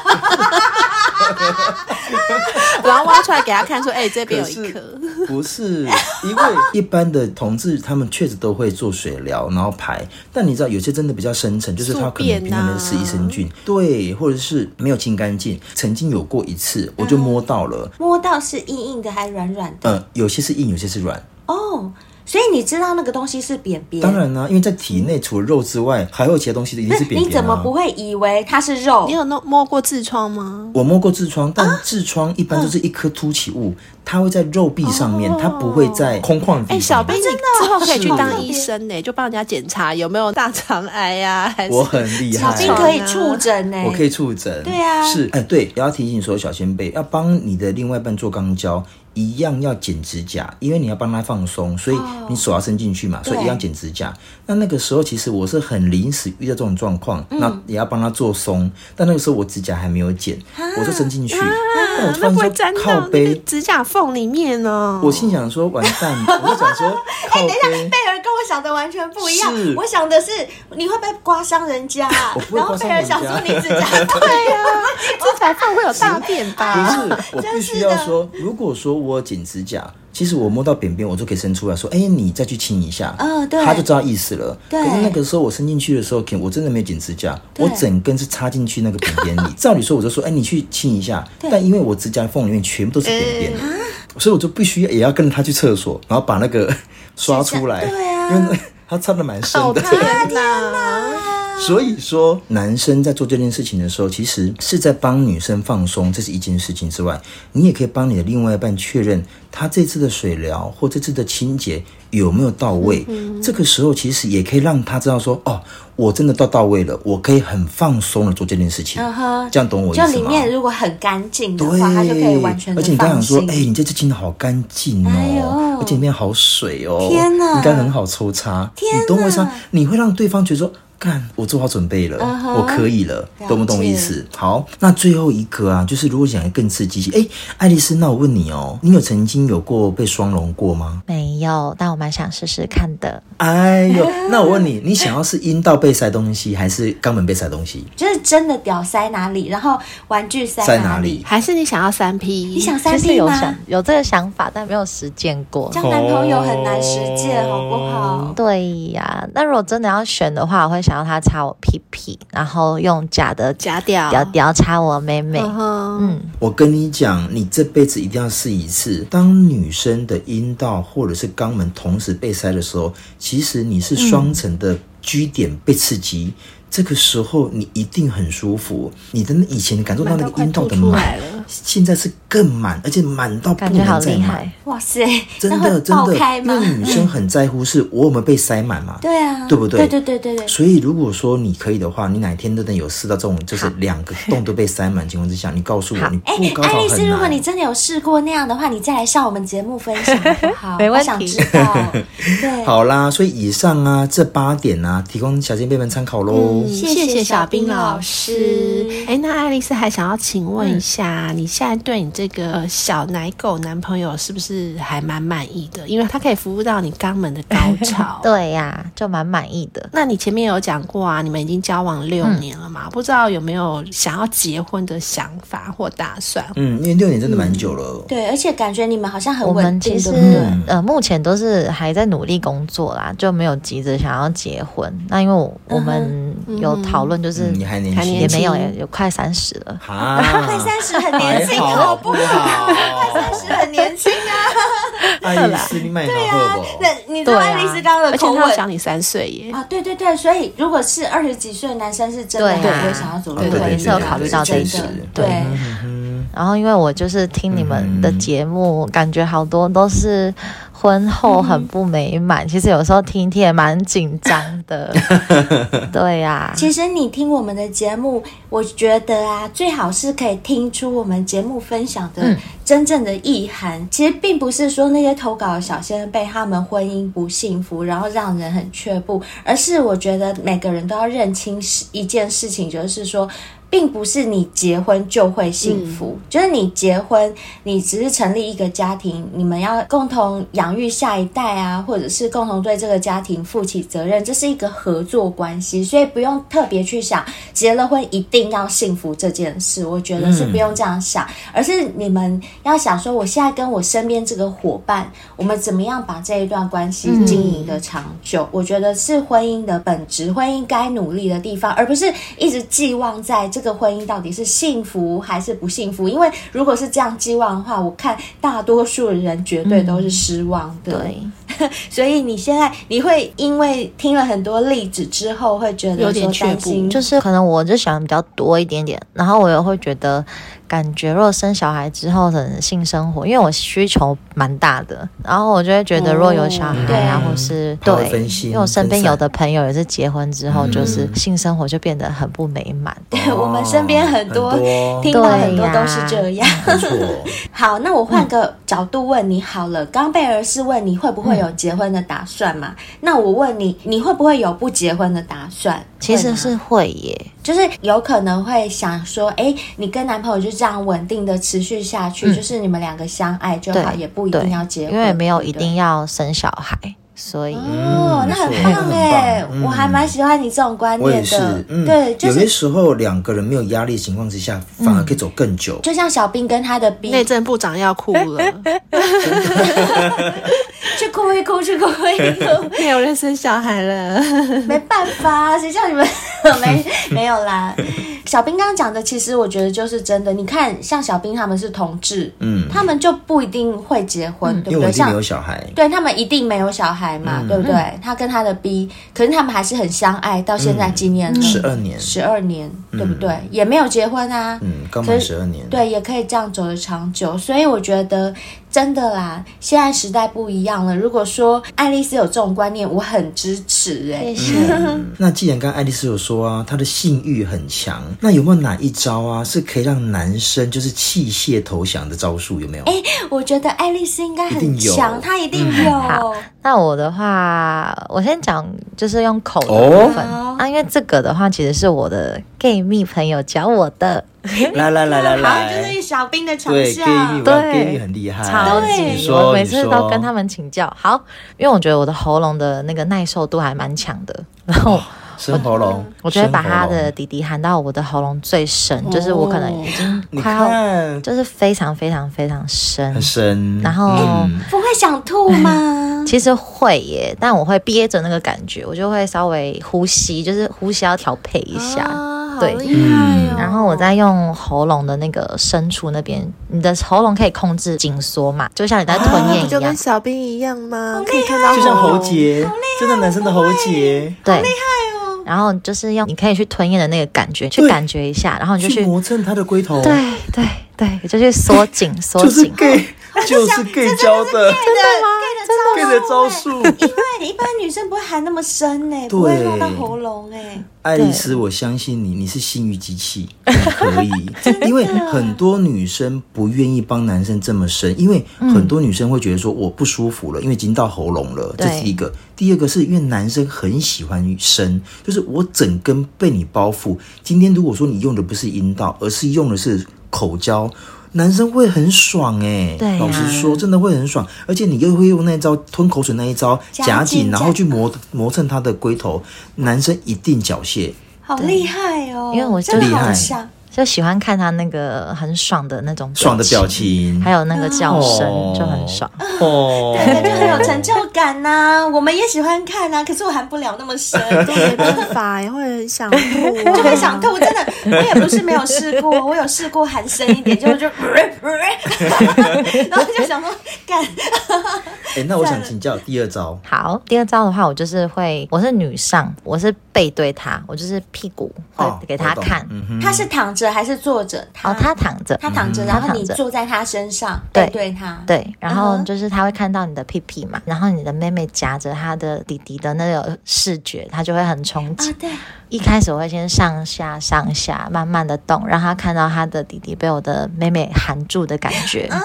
然后挖出来给他看，说：“哎、这边有
可
一
是
颗。
不是因为一般的同志，他们确实都会做水疗，然后排。但你知道，有些真的比较深层，就是他可能平常的
宿
吃
便啊
益生菌，对，或者是没有清干净。曾经有过一次，我就摸到了，
摸到是硬硬的还是软软的？
呃，有些是硬，有些是软。
哦，所以你知道那个东西是扁扁。
当然啦、因为在体内除了肉之外，还有其他东西一定
那
是扁扁、啊、
你怎么不会以为它是肉
你？有弄摸过痔疮吗？
我摸过痔疮，但痔疮一般就是一颗凸起物，它会在肉壁上面，它不会在空旷的地
哎、
方。
小兵，你之后可以去
是
当医生呢、欸就帮人家检查有没有大肠癌呀、还是
我很厉害
小
小
兵
兵
可
可
以
以
触
触
诊呢、
我可以触诊，
对啊
是，哎，对，也要提醒所有小先辈，要帮你的另外一半做肛交，一样要剪指甲，因为你要帮他放松，所以
哦
你手要伸进去嘛，所以
对
一样剪指甲。那那个时候其实我是很临时遇到这种状况，
嗯
那、也要帮他做松，但那个时候我指甲还没有剪，我就伸进去，那、我
啊
突
那
然
不会
说
粘
靠
到那
背
个，指甲缝里面哦。哎
我心想说完蛋，我就
[laughs]
想说靠背。
贝尔跟我想的完全不一样
是，
我想的是你会不会刮伤人家、
[laughs] 我不会
然后
刮
贝
伤人家
尔想说你指甲对呀、
指甲缝会有大便
不
吧？
是，
[laughs]
我必须要说，如果说我剪指甲，其实我摸到扁边，我就可以伸出来说，哎、你再去亲一下，
嗯对
他就知道意思了。
对
可是那个时候我伸进去的时候，可我真的没有剪指甲，我整根是插进去那个扁边里。照理说，我就说，哎、你去亲一下，但因为我指甲缝里面全部都是扁边，
啊
所以我就必须也要跟着他去厕所，然后把那个刷出来，
对啊
因为他插的蛮深
哦
的。
天哪！
所以说，男生在做这件事情的时候，其实是在帮女生放松，这是一件事情之外，你也可以帮你的另外一半确认他这次的水疗或这次的清洁有没有到位。
嗯
这个时候，其实也可以让他知道说，哦，我真的到到位了，我可以很放松的做这件事情。
嗯哼
这样懂我意思
就
吗？
里面如果很干净的
对，
话，它就可以完全的
而且你刚
放
想说，
心。
哎、你这次清的好干净
哎呦
哦，而且里面好水哦，
天哪
应该很好抽插。
天哪
你懂我意思吗？你会让对方觉得说，干，我做好准备了
嗯哼
我可以了
了，解
懂不懂我意思？好，那最后一个啊，就是如果想要更刺激，哎、爱丽丝，那我问你哦，你有曾经有过被双龙过吗？
没有，但我蛮想试试看的。
哎
[laughs]
呦，那我问你，你想要是阴道被塞东西，还是肛门被塞东西？
就是真的屌塞哪里，然后玩具塞
塞
哪
哪里
还是你想要三 P？你
你想塞
其实
地
有
吗？
想有这个想法，但没有实践过。
交男朋友很难实践，好不
哦
好？
对呀，那如果真的要选的话，我会想要他擦我屁屁，然后用假的
假屌
哦
屌屌擦我妹妹。
嗯，
嗯，
我跟你讲，你这辈子一定要试一次。当女生的阴道或者是肛门同时被塞的时候，其实你是双层的居点被刺激。这个时候你一定很舒服，你的以前感受到那个阴道的
慢慢快吐出
满
来了，
现在是更满，而且满到不
感觉好
能再
厉
满
害。。
哇塞，
真
那
的
会
真
[laughs] 爆
的
开，吗
那？女生很在乎是我有没有被塞满嘛？
[laughs] 对啊，
对不对
对对对对对，
所以如果说你可以的话，你哪天都能有试到这种，就是两个洞都被塞满的情况之下，你告诉我
好
你
哎
不，高
爱
潮
丽丝，
很
如果你
难。
真的有试过那样的话，你再来上我们节目分享好不好？
[laughs] 没
我
问题。。
想知道。对，
好啦，所以以上啊这八点啊，提供小仙贝们参考喽。
谢
谢
谢
小
小
兵
兵
老
老
师嗯
师。
哎、那爱丽丝还想要请问一下，你现在对你这个呃小奶狗男朋友是不是还蛮满意的？因为他可以服务到你肛门的高潮
对呀、就蛮满意的。
那你前面有讲过啊，你们已经交往六年了嘛？不知道有没有想要结婚的想法或打算？
嗯，因为六年真的蛮久了。
嗯对，而且感觉你们好像很
我
稳
们
定，
其实
对不对？
呃，目前都是还在努力工作啦，就没有急着想要结婚。那因为我我们有讨论，就是、
嗯，你还年
还
轻
年
也没有
轻
也有快三十了。
啊，
快三十很
还
年轻，
好
好不
不好？
三十很年轻啊！
爱丽丝，你买好喝不？
那你知
对
道
啊
爱丽丝刚刚
而
的
且
口
他要
吻
小你三岁耶。
啊，对对对，所以如果是二十几岁的男生，是真的
对啊
很会想要走入
啊对
婚
对
姻，
也是嗯有考虑到这一
是真的
点
对，
然后因为我就是听你们
嗯
的节目，感觉好多都是婚后很不美满。其实有时候听一听也蛮紧张
[laughs]
的。对呀、
其实你听我们的节目，我觉得啊，最好是可以听出我们节目分享
嗯
的真正的意涵。其实并不是说那些投稿的小先辈他们婚姻不幸福，然后让人很却步，而是我觉得每个人都要认清一件事情，就是说。并不是你结婚就会幸福，就是你结婚，你只是成立一个家庭，你们要共同养育下一代啊，或者是共同对这个家庭负起责任，这是一个合作关系，所以不用特别去想结了婚一定要幸福这件事，我觉得是不用这样想，而是你们要想说，我现在跟我身边这个伙伴，我们怎么样把这一段关
嗯
系经营的长久？我觉得是婚姻的本质，婚姻该努力的地方，而不是一直寄望在这个婚姻到底是幸福还是不幸福。因为如果是这样寄望的话，我看大多数人绝对都是失望
嗯
的。
对，
所以你现在你会因为听了很多例子之后，会觉得
有点
说
却
担
步
心，
就是可能我就想比较多一点点，然后我也会觉得，感觉如果生小孩之后的性生活，因为我需求蛮大的，然后我就会觉得，如果有小孩啊，
嗯
或是
怕会
对
分，心
因为我身边
分散
有的朋友也是结婚之后，
嗯
就是性生活就变得很不美满。
对我们身边很多
很多
听到很多都是这样。
没
[laughs]
错，
好，那我换
嗯
个角度问你好了。刚贝尔是问你会不会有
嗯
结婚的打算嘛？那我问你，你会不会有不结婚的打算？
其
会啊
实
吗
是会耶，
就是有可能会想说，哎、你跟男朋友就这样稳定的持续下去，就是你们两个相爱就好，
嗯对
也不一
对
定要结婚，
因为没有一
对不对
定要生小孩，所以
哦，那很棒哎、
嗯
我还蛮喜欢你这种观
我也
念
是
的。。
嗯，
对，就
有些
是
时候两个人没有压力的情况之下，反而可以走更久。
就像小兵跟他的兵
内政部长要哭了，
去哭一哭，去哭
[laughs]
[laughs] 一哭，
[laughs] 没有人生小孩了。
[laughs] 没办法，谁叫你们 [laughs]
[laughs]
没没有啦。小兵刚刚讲的，其实我觉得就是真的。你看，像小兵他们是同志，
嗯，
他们就不一定会结婚，对
因
不
为我
对？
已经没
像
有小孩，
对他们一定没有小孩嘛，
嗯
对不对？他跟他的 B，可是他们还是很相爱，到现在几年了，
嗯十二年，
十二年，对不对？也没有结婚啊，
嗯，刚
所
满
以
十二年。
对，也可以这样走得长久。所以我觉得真的啦，现在时代不一样了。如果说爱丽丝有这种观念，我很支持哎、
谢谢。
嗯，那既然刚刚爱丽丝有说啊，她的性欲很强，那有没有哪一招啊是可以让男生就是器械投降的招数？有没有？哎、
我觉得爱丽丝应该
一定
很
有
强，她一定有。
嗯好那我的话，我先讲就是用口的
哦
部分、
好
啊，因为这个的话其实是我的 gay 蜜朋友教我的。
来来来来
好，
来，
就是小兵的长
对 gay
项
蜜，我看
对
gay 蜜很厉害，
超
啊你
级，
说
我每次都跟他
们
们请教。好，因为我觉得我的喉咙的那个耐受度还蛮强的， [laughs] 然后
生喉咙，
我就会把
生喉
他
咙
的弟弟喊到我的喉咙最深，就是我可能已经
你
快要，
看
就是非常非常非常深
很。深，
然后
嗯
不会想吐
[laughs]
吗？
其实会耶，但我会憋着那个感觉，我就会稍微呼吸，就是呼吸要调配一下。
[laughs] 啊好
对
厉害哦
然后我再用喉咙的那个深处那边，你的喉咙可以控制紧缩嘛，就像你在吞
啊
咽
不
一
就
样
跟。小兵一样吗？可以看到
就像
喉
喉结，
哦
真的男生的喉结，
对，厉害哦。然后就是要你可以去吞咽的那个感觉，去
对
感觉一下，然后你就
去
去，
磨蹭他的龟头，
对对，对，就是缩
[laughs]
紧缩
就是
紧。
gay，就是 gay 教的
真
gay 的招数。
因为你一般女生不会喊那么深呢、不会弄到喉咙哎、
爱丽丝，我相信你，你是性欲机器，你可
[laughs]
以，因为很多女生不愿意帮男生这么深，因为
嗯
很多女生会觉得说我不舒服了，因为已经到喉咙了，这
对
是一个。第二个是因为男生很喜欢深，就是我整根被你包覆。今天如果说你用的不是阴道，而是用的是口交。男生会很爽哎、
对啊
老实说，真的会很爽，而且你又会用那招吞口水那一招夹
夹紧
紧，然后
夹
去磨磨蹭他的龟头，男生一定缴械。
好厉害哦！
因为我就
真的
厉害
好想，
就喜欢看他那个很爽的那种
爽的表，情，
还有那个叫声、就很爽。
[laughs]
哦，
感觉很有成就感呐、 [laughs] 我们也喜欢看啊呐、可是我喊不了那
[laughs]
么深，
都没办法，也会很想吐、啊， [laughs]
就很想吐。真的，我也不是没有试过，我有试过喊深一点，就
[laughs]
就，然后就想说干，
哎、那我想请教第二招，
好，第二招的话，我就是会，我是女上，我是背对他，我就是屁股
哦
会给他
我懂
看。
嗯哼，
他是躺着还是坐着？
哦，他躺着，嗯
他躺着，然后你
他躺着
坐在他身上，
对
背对他，
对，然后
嗯哼
就是他会看到你的屁屁嘛，然后你的妹妹夹着她的弟弟的那个视觉，他就会很憧
啊
憬。
对，
一开始我会先上下上下慢慢的动，让他看到他的弟弟被我的妹妹含住的感觉。
啊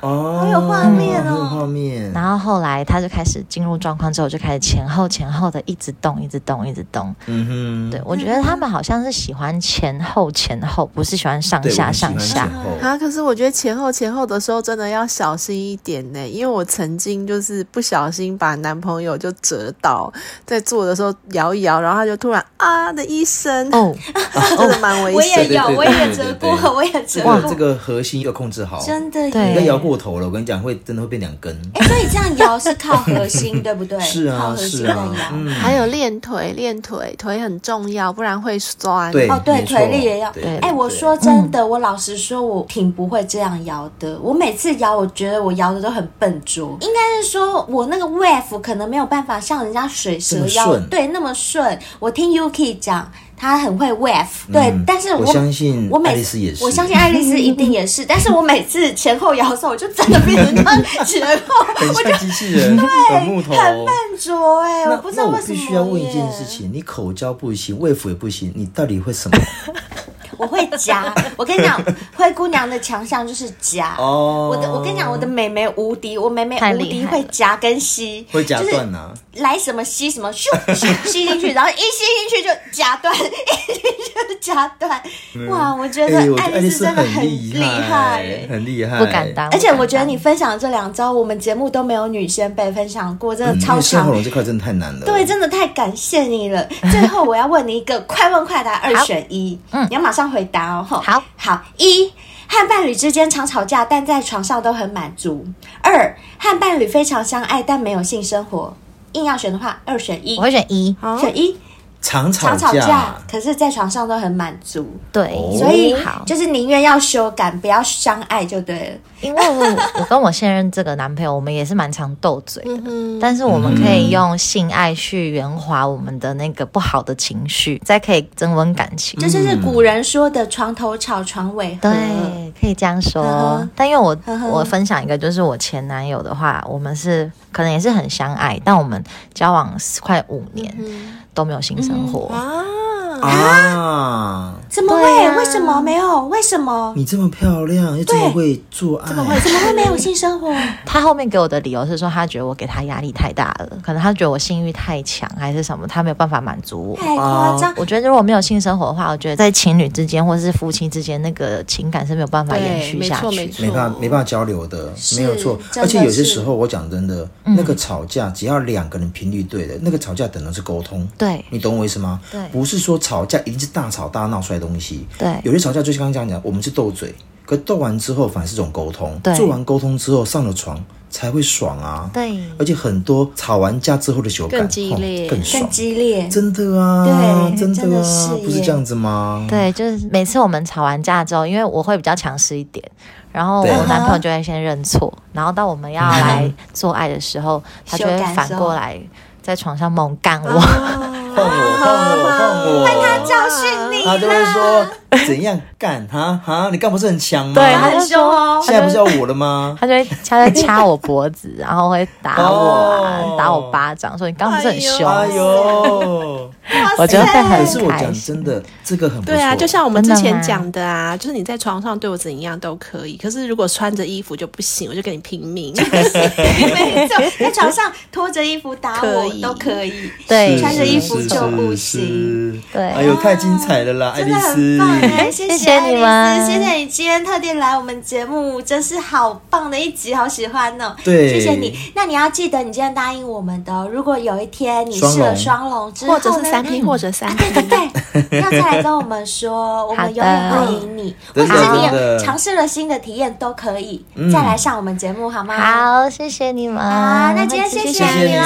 哦，
好有画面
好
哦
有画面。
然后后来他就开始进入状况之后，就开始前后前后的一直动，一直动，一直动。
嗯哼，
对，我觉得他们好像是喜欢前后前后，不是喜欢上
对，
下上下。
下。
啊，可是我觉得前后前后的时候真的要小心一点呢，因为我曾经就是不小心把男朋友就折倒，在做的时候摇一摇，然后他就突然啊的一声，
哦，
[laughs] 真的蛮危
我
险
也
的。
对对
有，
对
我也折过
对对，对
我也折
这
过
个，这个核心要控制好，
真的耶
对
你要摇过头了，我跟你讲，会真的会变两根。
哎，所以这样摇是靠核心，对不对？
是
靠
啊，
核心
是
的
啊，
摇。
嗯，
还有练腿，练腿，腿很重要，不然会酸。
对，
哦，对，
没错
腿力也要
对。
哎，我说真的，我老实说，我挺不会这样摇的。我每次摇，我觉得我摇的都很笨拙。应该是说我那个 wave 可能没有办法像人家水
这
蛇
么
腰
顺
对那么顺。我听 Yuki 讲，他很会 wave，对
嗯，
但是
我相信
我每
爱丽丝也是
我相信爱丽丝一定也是。但是我每次前后摇的时候，我就真的变成
[laughs]
这样前后，
很像机器
[laughs]
人，很木头。
很笨拙哎，
那
我不知道
那
为
我
什
必
么。
须要问一件事，情： [laughs] 你口交不行，胃腹也不行，你到底会什么？
我会夹。我跟你讲，灰姑娘的强项就是夹。
哦
[laughs] 我的，我跟你讲，我的美眉无敌，我美眉
哦太
无
厉
敌
害
会
了
夹跟吸，
会夹断
就是
啊？
来什么吸什么，咻咻吸进去，然后一吸进去就夹断， [laughs] 一吸进去就夹断。哇，我觉得
哎，我觉
爱
得爱丽
丽丝
丝
真的
很
很
厉
厉害
害，哎很厉害，
不敢当。
而且我
不
觉得
敢当
你分享的这两招，我们节目都没有女生被分享过，真
嗯
的
因
超
为生
强
喉。咙这块真的太难了。
对，真的太感谢你了。 [laughs] 最后我要问你一个快问快答二选一，
嗯
你要马上回答哦。吼
好，
好，一和伴侣之间常吵架，但在床上都很满足；二和伴侣非常相爱，但没有性生活。硬要选的话，二选一哦
我，会选一，
好，
选一
常
常吵
架
架，，可是在床上都很满足，
对，
哦
所以
好，嗯
就是宁愿要修改，不要相爱就对了。
因为我我跟我现任这个男朋友，我们也是蛮常斗嘴的，
嗯
但是我们可以用性爱去圆滑我们的那个不好的情绪，再可以增温感情。
这就是古人说的“床头吵，床尾和”。
对，可以这样说。
呵呵
但因为我
呵呵
我分享一个，就是我前男友的话，我们是可能也是很相爱，但我们交往快五年、
嗯
都没有性生活。
啊，
啊！
怎么
对
会？
啊
为什么没有？为什么？
你这么漂亮，又这么会做
怎么会？
爱，
怎么会没有性生活？
他后面给我的理由是说，他觉得我给他压力太大了，可能他觉得我性欲太强还是什么，他没有办法满足我。啊
太夸张！
我觉得如果没有性生活的话，我觉得在情侣之间或是夫妻之间，那个情感是没有办法延
对，
续
没
下
错
去。
没错，
没办法没办法交流的，没有错。
真的
而且有
是
些
嗯
时候，我讲真的，那个吵架只要两个人频率对的，那个吵架等的是沟通。
对
你懂我意思吗？
对
不是说吵架一定是大吵大闹摔东西。
对
有些吵架就像刚刚讲讲，我们是斗嘴，可斗完之后反而是一种沟通。
对
做完沟通之后上了床才会爽啊。
对
而且很多吵完架之后的修改
更激烈
哦更爽，
更激烈，
真的啊，
对
真的啊，
真的是耶
不是这样子吗？，
对，就是每次我们吵完架之后，因为我会比较强势一点，然后
对
我男朋友就会先认错，然后到我们要来做爱的时候，他就会
修改的时候
反过来。在床上猛干我，
碰我，碰
[laughs]
我，碰我，
教训你
他就会说怎样干哈哈，你干不是很强吗？
[laughs] 对，他就说，
哦
现在不是要我了吗？
他就会他就掐我脖子，然后会打我啊，
哦
打我巴掌，说你刚刚不是很凶，
哎呦，
我觉得会
可是
很
我
开
讲
心。
真的，这个很不错。
对啊，就像我们之
真的
前
吗
讲的啊，就是你在床上对我怎样都可以，可是如果穿着衣服就不行，我就跟你拼命。
没错，在床上脱着衣服打
可
我
以
都可以。
对，
穿着衣服
是
就不。
是
行
是
对
哎呦，太精彩了啦，爱
真
丽
的很
丝。
棒
[laughs]
哎！谢
谢
爱丽
你们
丝，谢谢你今天特地来我们节目，真是好棒的一集，好喜欢哦！
对
谢谢你。那你要记得，你今天答应我们的哦、如果有一天你
双
试了
龙
双龙之
或
后呢，
者是三 P，
嗯
或者三
啊
P，
对对
[laughs]
对，要再来跟我们说，我们永远欢迎你，或
真
者
的
是你
真
有
的嗯
尝试了新的体验都可以，再来上我们节目好吗？，
好，谢谢你们。
好那今天
会继续
谢
谢
谢
谢
你
你
哦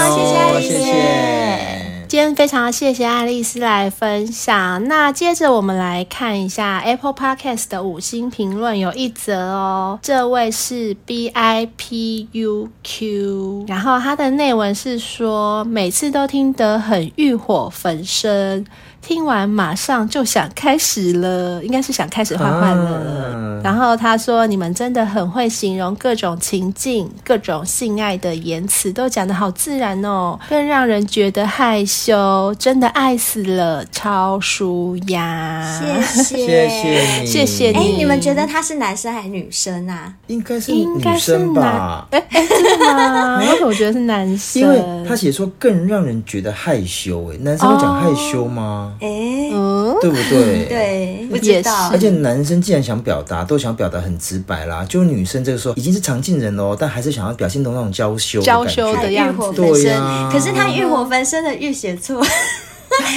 哦，
谢谢
谢
你
谢。
今天非常谢谢爱丽丝来分享。那接着我们来看一下 Apple Podcast 的五星评论，有一则哦，这位是 B I P U Q，然后他的内文是说，每次都听得很欲火焚身，听完马上就想开始了，应该是想开始换换了。
啊
然后他说：“你们真的很会形容各种情境、各种性爱的言辞，都讲得好自然哦，更让人觉得害羞，真的爱死了，超舒压。”
谢谢
谢谢你，
谢谢
哎、
你
你们觉得他是男生还是女生啊？
应该是
应该
女
是哎 [laughs]
生吧？
真的
[laughs]
吗？为什么觉得是男生？
因为他写说更让人觉得害羞，哎，男生会讲害羞吗？
哎、
嗯，
对不对？。嗯
对，不知
也
道
而。且男生既然想表达，都想表达很直白啦。就女生这个时候已经是常进人哦喽，但还是想要表现出那种娇羞的
娇
感觉哎
羞
他
的
欲
样
火
子
焚
对
身，
呀
可是他欲火 [laughs] 焚身的欲写错，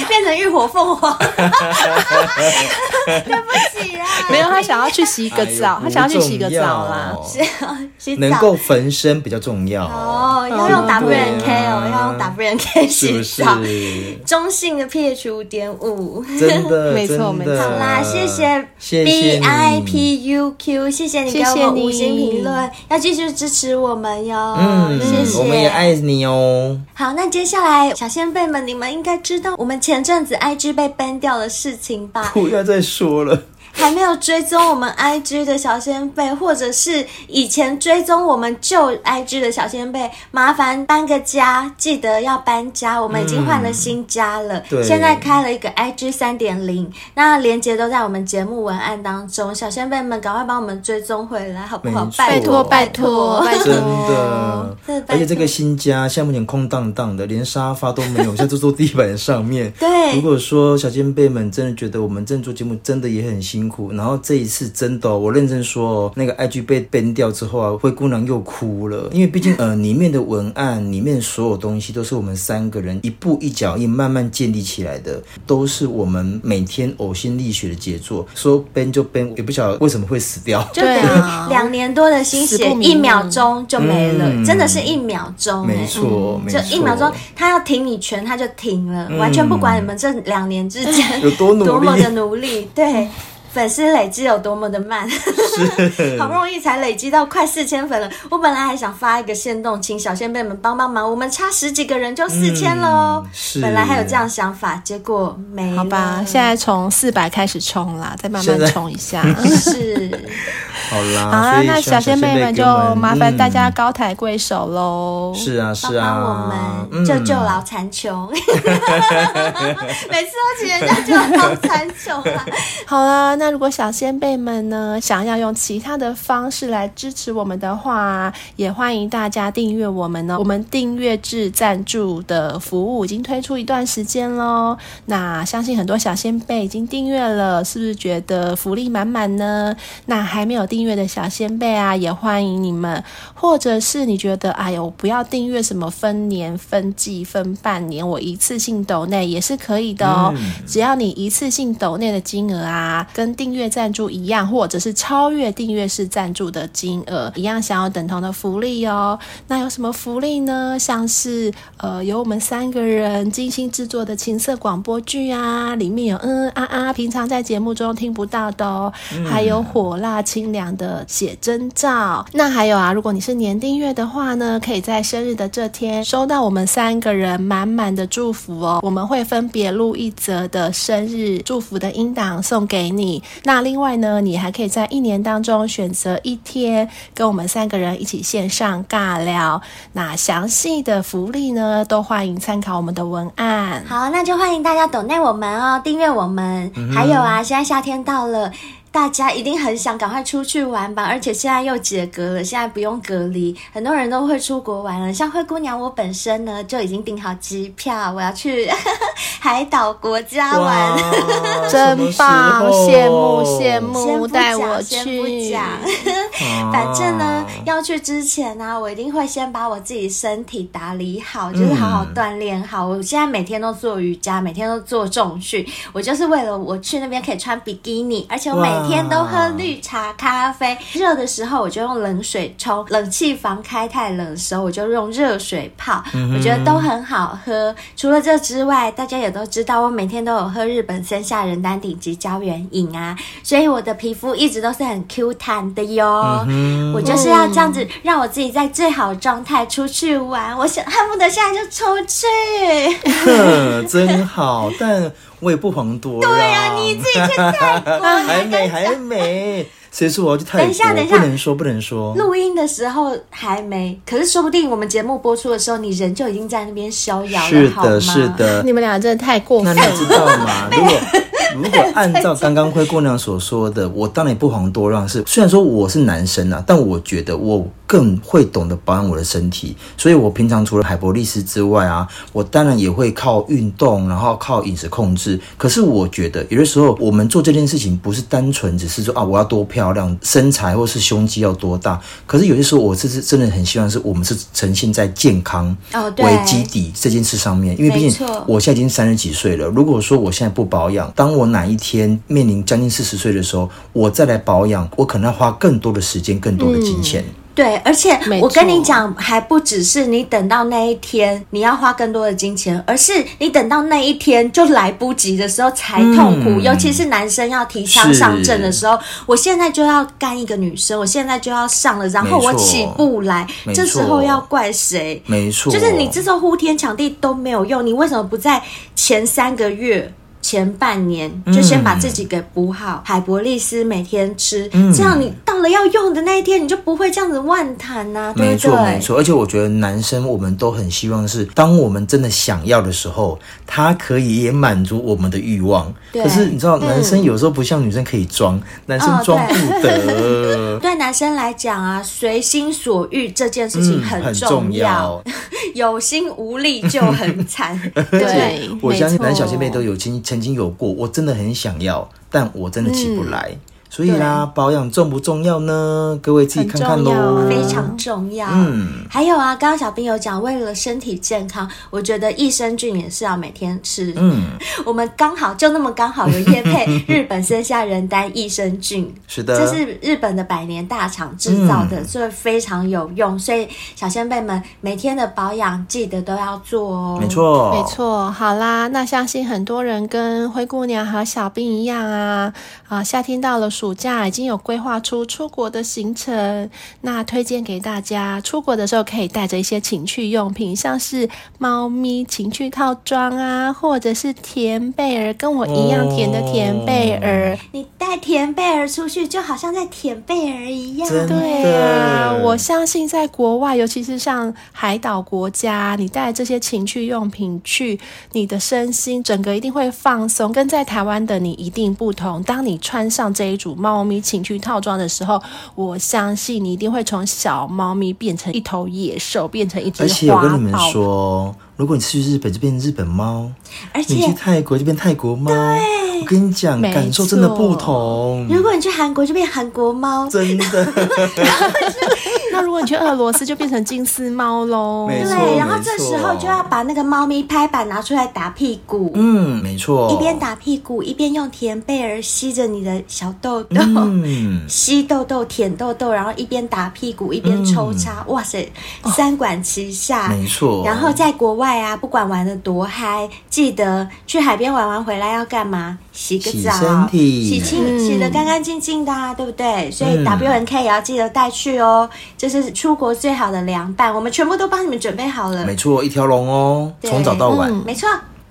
变成欲火凤凰。 [laughs] 对不起啊，
没有，他想要去洗个
哎呦
澡，他想要去洗个
不重要啊哦
澡啊啦。
洗
能
澡
够焚身比较重要，
哦，要用 WNK 哦，
对啊
要用 WNK
是不
洗
是？
澡。中性的 pH 五点五。 [laughs]
真的，
没错
真的
没错
好啦，谢谢
谢谢
B
你
I P U Q，谢谢你给
谢谢
我们五
你
星评论，要继续支持我们哟。
嗯，
谢谢，
我们也爱你哦。
好，那接下来小先辈们，你们应该知道我们前阵子 IG 被 ban 掉的事情吧？
不要再说了，
还没有追踪我们 IG 的小先辈，或者是以前追踪我们旧 IG 的小先辈，麻烦搬个家，记得要搬家。我们已经换了新家了，
嗯对
现在开了一个 IG 三点零，那连接都在我们节目文案当中。小先辈们，赶快帮我们追踪回来，好不好
没？错
拜
拜托，
托，
拜托，拜
[laughs] 真
托！
的
真的。
而且这个新家现在目前空荡荡的，连沙发都没有， [laughs] 现在都坐地板上面。
对
如果说小先辈们真的觉得我们正做节目真的也很辛苦，然后这一次真的哦、我认真说哦，那个 IG 被 ban 掉之后啊，灰姑娘又哭了，因为毕竟呃里面的文案里面所有东西都是我们三个人一步一脚印慢慢建立起来的，都是我们每天呕心沥血的杰作。说 ban 就 ban，也不晓得为什么会死掉。
就
对
等
啊
两年多的心
死
血
不，瞑目
一秒钟就没了，
嗯
真的是一秒钟、哎
没错，没
就
错，嗯
一秒钟，他要停你拳，他就停了，完全不管你们这两年之间
[laughs] 有多努力
多么的努
[laughs]
力，对。粉丝累积有多么的慢， [laughs] 好不容易才累积到快四千粉了。我本来还想发一个限动，请小先辈们帮帮忙，我们差十几个人就四千了哦
嗯。是
本来还有这样想法，结果没了。
好吧，现在从四百开始冲啦，再慢
现
慢
在
冲一
[laughs]
下。
是
好啦，
好啦，
所以
那
希望小
仙妹
妹
们
给
就
我
麻烦大家
嗯
高抬贵手喽。
是啊，是
帮帮
啊，
我们救救老残穷。 [laughs] 每次都请人家救老残穷啊。
[laughs] 好啦，那如果小仙辈们呢，想要用其他的方式来支持我们的话，也欢迎大家订阅我们哦呢。我们订阅制赞助的服务已经推出一段时间喽，那相信很多小仙辈已经订阅了，是不是觉得福利满满呢？那还没有订阅的小仙辈啊，也欢迎你们，或者是你觉得，哎呦，我不要订阅什么分年、分季、分半年，我一次性抖内也是可以的哦。只要你一次性抖内的金额啊，跟订阅赞助一样，或者是超越订阅式赞助的金额一样，享有等同的福利哦。那有什么福利呢？像是呃，有我们三个人精心制作的情色广播剧啊，里面有嗯嗯啊啊，平常在节目中听不到的哦，还有火辣清凉娘的写真照。那还有啊，如果你是年订阅的话呢，可以在生日的这天收到我们三个人满满的祝福哦。我们会分别录一则的生日祝福的音档送给你。那另外呢，你还可以在一年当中选择一天跟我们三个人一起线上尬聊。那详细的福利呢，都欢迎参考我们的文案。
好，那就欢迎大家抖内我们哦，订阅我们。还有啊，现在夏天到了。大家一定很想赶快出去玩吧，而且现在又解隔了，现在不用隔离，很多人都会出国玩了。像灰姑娘，我本身呢就已经订好机票，我要去 [laughs] 海岛国家 [laughs] 玩。
哇，
真棒，羡慕羡
先不
慕，带我
讲，先不
去。
讲。
哦
慕
反正呢，要去之前呢、我一定会先把我自己身体打理好，就是好好锻炼好。我现在每天都做瑜伽，每天都做重训，我就是为了我去那边可以穿比基尼，而且我每天都喝绿茶咖啡。热的时候我就用冷水冲，冷气房开太冷的时候我就用热水泡，我觉得都很好喝。除了这之外，大家也都知道，我每天都有喝日本森下仁丹顶级胶原饮啊，所以我的皮肤一直都是很 Q 弹的哟。我就是要这样子，让我自己在最好的状态出去玩。我想恨不得现在就出去。
哼啊 [laughs] 真好，但我也不遑多让。对呀、
你自己去
[laughs]
泰国，
还没还没，谁说我要去泰国？
等一下等一下
不能说不能说。
录音的时候还没，可是说不定我们节目播出的时候，你人就已经在那边逍遥了，
是
好吗
的，是。的，
你们俩真的太过
那
分
你
了。
知道
[laughs]
吗？如果如果按照刚刚灰姑娘所说的，我当然也不遑多让是。虽然说我是男生啊，但我觉得我更会懂得保养我的身体，所以我平常除了海博利斯之外啊，我当然也会靠运动，然后靠饮食控制。可是我觉得有的时候我们做这件事情不是单纯只是说啊我要多漂亮，身材或是胸肌要多大。可是有些时候我是是真的很希望是我们是呈现在健康
哦对
为基底这件事上面，因为毕
没
竟
错
我。我现在已经三十几岁了，如果说我现在不保养，当我哪一天面临将近四十岁的时候，我再来保养，我可能要花更多的时间、更多的金钱。
对，而且
没
我跟
错
你讲，还不只是你等到那一天，你要花更多的金钱，而是你等到那一天就来不及的时候才痛苦。
嗯
尤其是男生要提枪
是
上阵的时候，我现在就要干一个女生，我现在就要上了，然后
没错
我起不来，
没
这时候
错
要怪谁？
没错，
就是你制造呼天抢地都没有用，你为什么不在前三个月？前半年
嗯
就先把自己给补好，海博利斯每天吃，
嗯
这样你到了要用的那一天，你就不会这样子乱弹呐、对
没
不对？
错没错，而且我觉得男生我们都很希望是，当我们真的想要的时候，他可以也满足我们的欲望。
对嗯
可是你知道，男生有时候不像女生可以装，男生装
哦对
不得，
对男生来讲啊，随心所欲 [laughs] 这件事情
嗯很
重
重
要，有心无力就很
[laughs]
惨。对，
对，
我相信
没
男
错
小仙妹都有经曾经有过，我真的很想要，但我真的起
嗯
不来。所以啦，保养重不重要呢？各位自己看看喽
很。重
非
要
常重要。
嗯，
还有啊，刚刚小兵有讲，为了身体健康，我觉得益生菌也是要每天吃。
嗯，
[laughs] 我们刚好就那么刚好有叶配日本森下仁丹益生菌，
是的，
这是日本的百年大厂制造的，所以非常有用。所以小先辈们每天的保养记得都要做哦。
没。错，
没。错，好啦，那相信很多人跟灰姑娘和小兵一样啊，啊，夏天到了，暑假已经有规划出出国的行程。那推荐给大家，出国的时候可以带着一些情趣用品，像是猫咪情趣套装啊，或者是甜贝儿，跟我一样甜的甜贝儿。
你带甜贝儿出去，就好像在舔贝儿一样。
真的
对啊，我相信在国外，尤其是像海岛国家，你带这些情趣用品去，你的身心整个一定会放松，跟在台湾的你一定不同。当你穿上这一组猫咪情趣套装的时候，我相信你一定会从小猫咪变成一头野兽，变成一只
而且我
花
跟你们
豹。 [laughs]
说，如果你去日本就变日本猫，
而
你去
且，
泰国就变泰国猫。我跟你讲，
没错
感受真的不同，
如果你去韩国，就变韩国猫。
真的
啊那如果你去俄罗斯，就变成金丝猫喽。
没错
对，然后
没
这
错
时候就要把那个猫咪拍板拿出来打屁股。
嗯，没错，
一边打屁股，一边用甜贝儿吸着你的小豆豆，
嗯，
吸豆豆、舔豆豆，然后一边打屁股一边抽插，哇塞，三管齐下。
没错。
然后在国外啊，不管玩的多嗨，记得去海边玩完回来要干嘛？
洗个
洗
澡，
身体
洗清洗的干干净净的、啊，对不对？所以
嗯
W N K 也要记得带去哦，这是出国最好的凉拌，我们全部都帮你们准备好了。
没错，一条龙哦，
对嗯
从早到晚。
没错。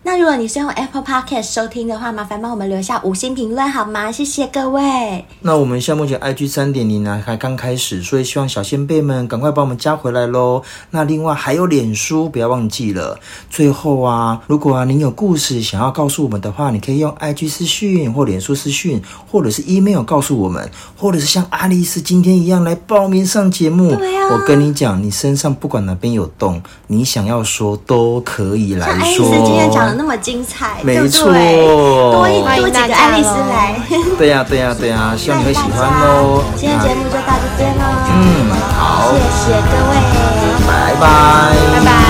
那如果你是用 Apple Podcast 收听的话，麻烦帮我们留下五星评论好吗？谢谢各位。
那我们现在目前 IG 三点零呢还刚开始，所以希望小先辈们赶快把我们加回来喽。那另外还有脸书，不要忘记了。最后啊，如果啊您有故事想要告诉我们的话，你可以用 IG 私讯或脸书私讯，或者是 email 告诉我们，或者是像阿丽丝今天一样来报名上节目。
对啊
我跟你讲，你身上不管哪边有洞，你想要说都可以来
像爱丽
说。
丝今天讲的那么精彩，
没
对不
错
对？多一
欢
多
迎大家
几个爱丽丝
咯
来，
对呀、对呀、对呀、希望你会喜欢喽。
今天
那
节目就到这边喽，嗯，好，谢谢各位。
拜拜，拜拜。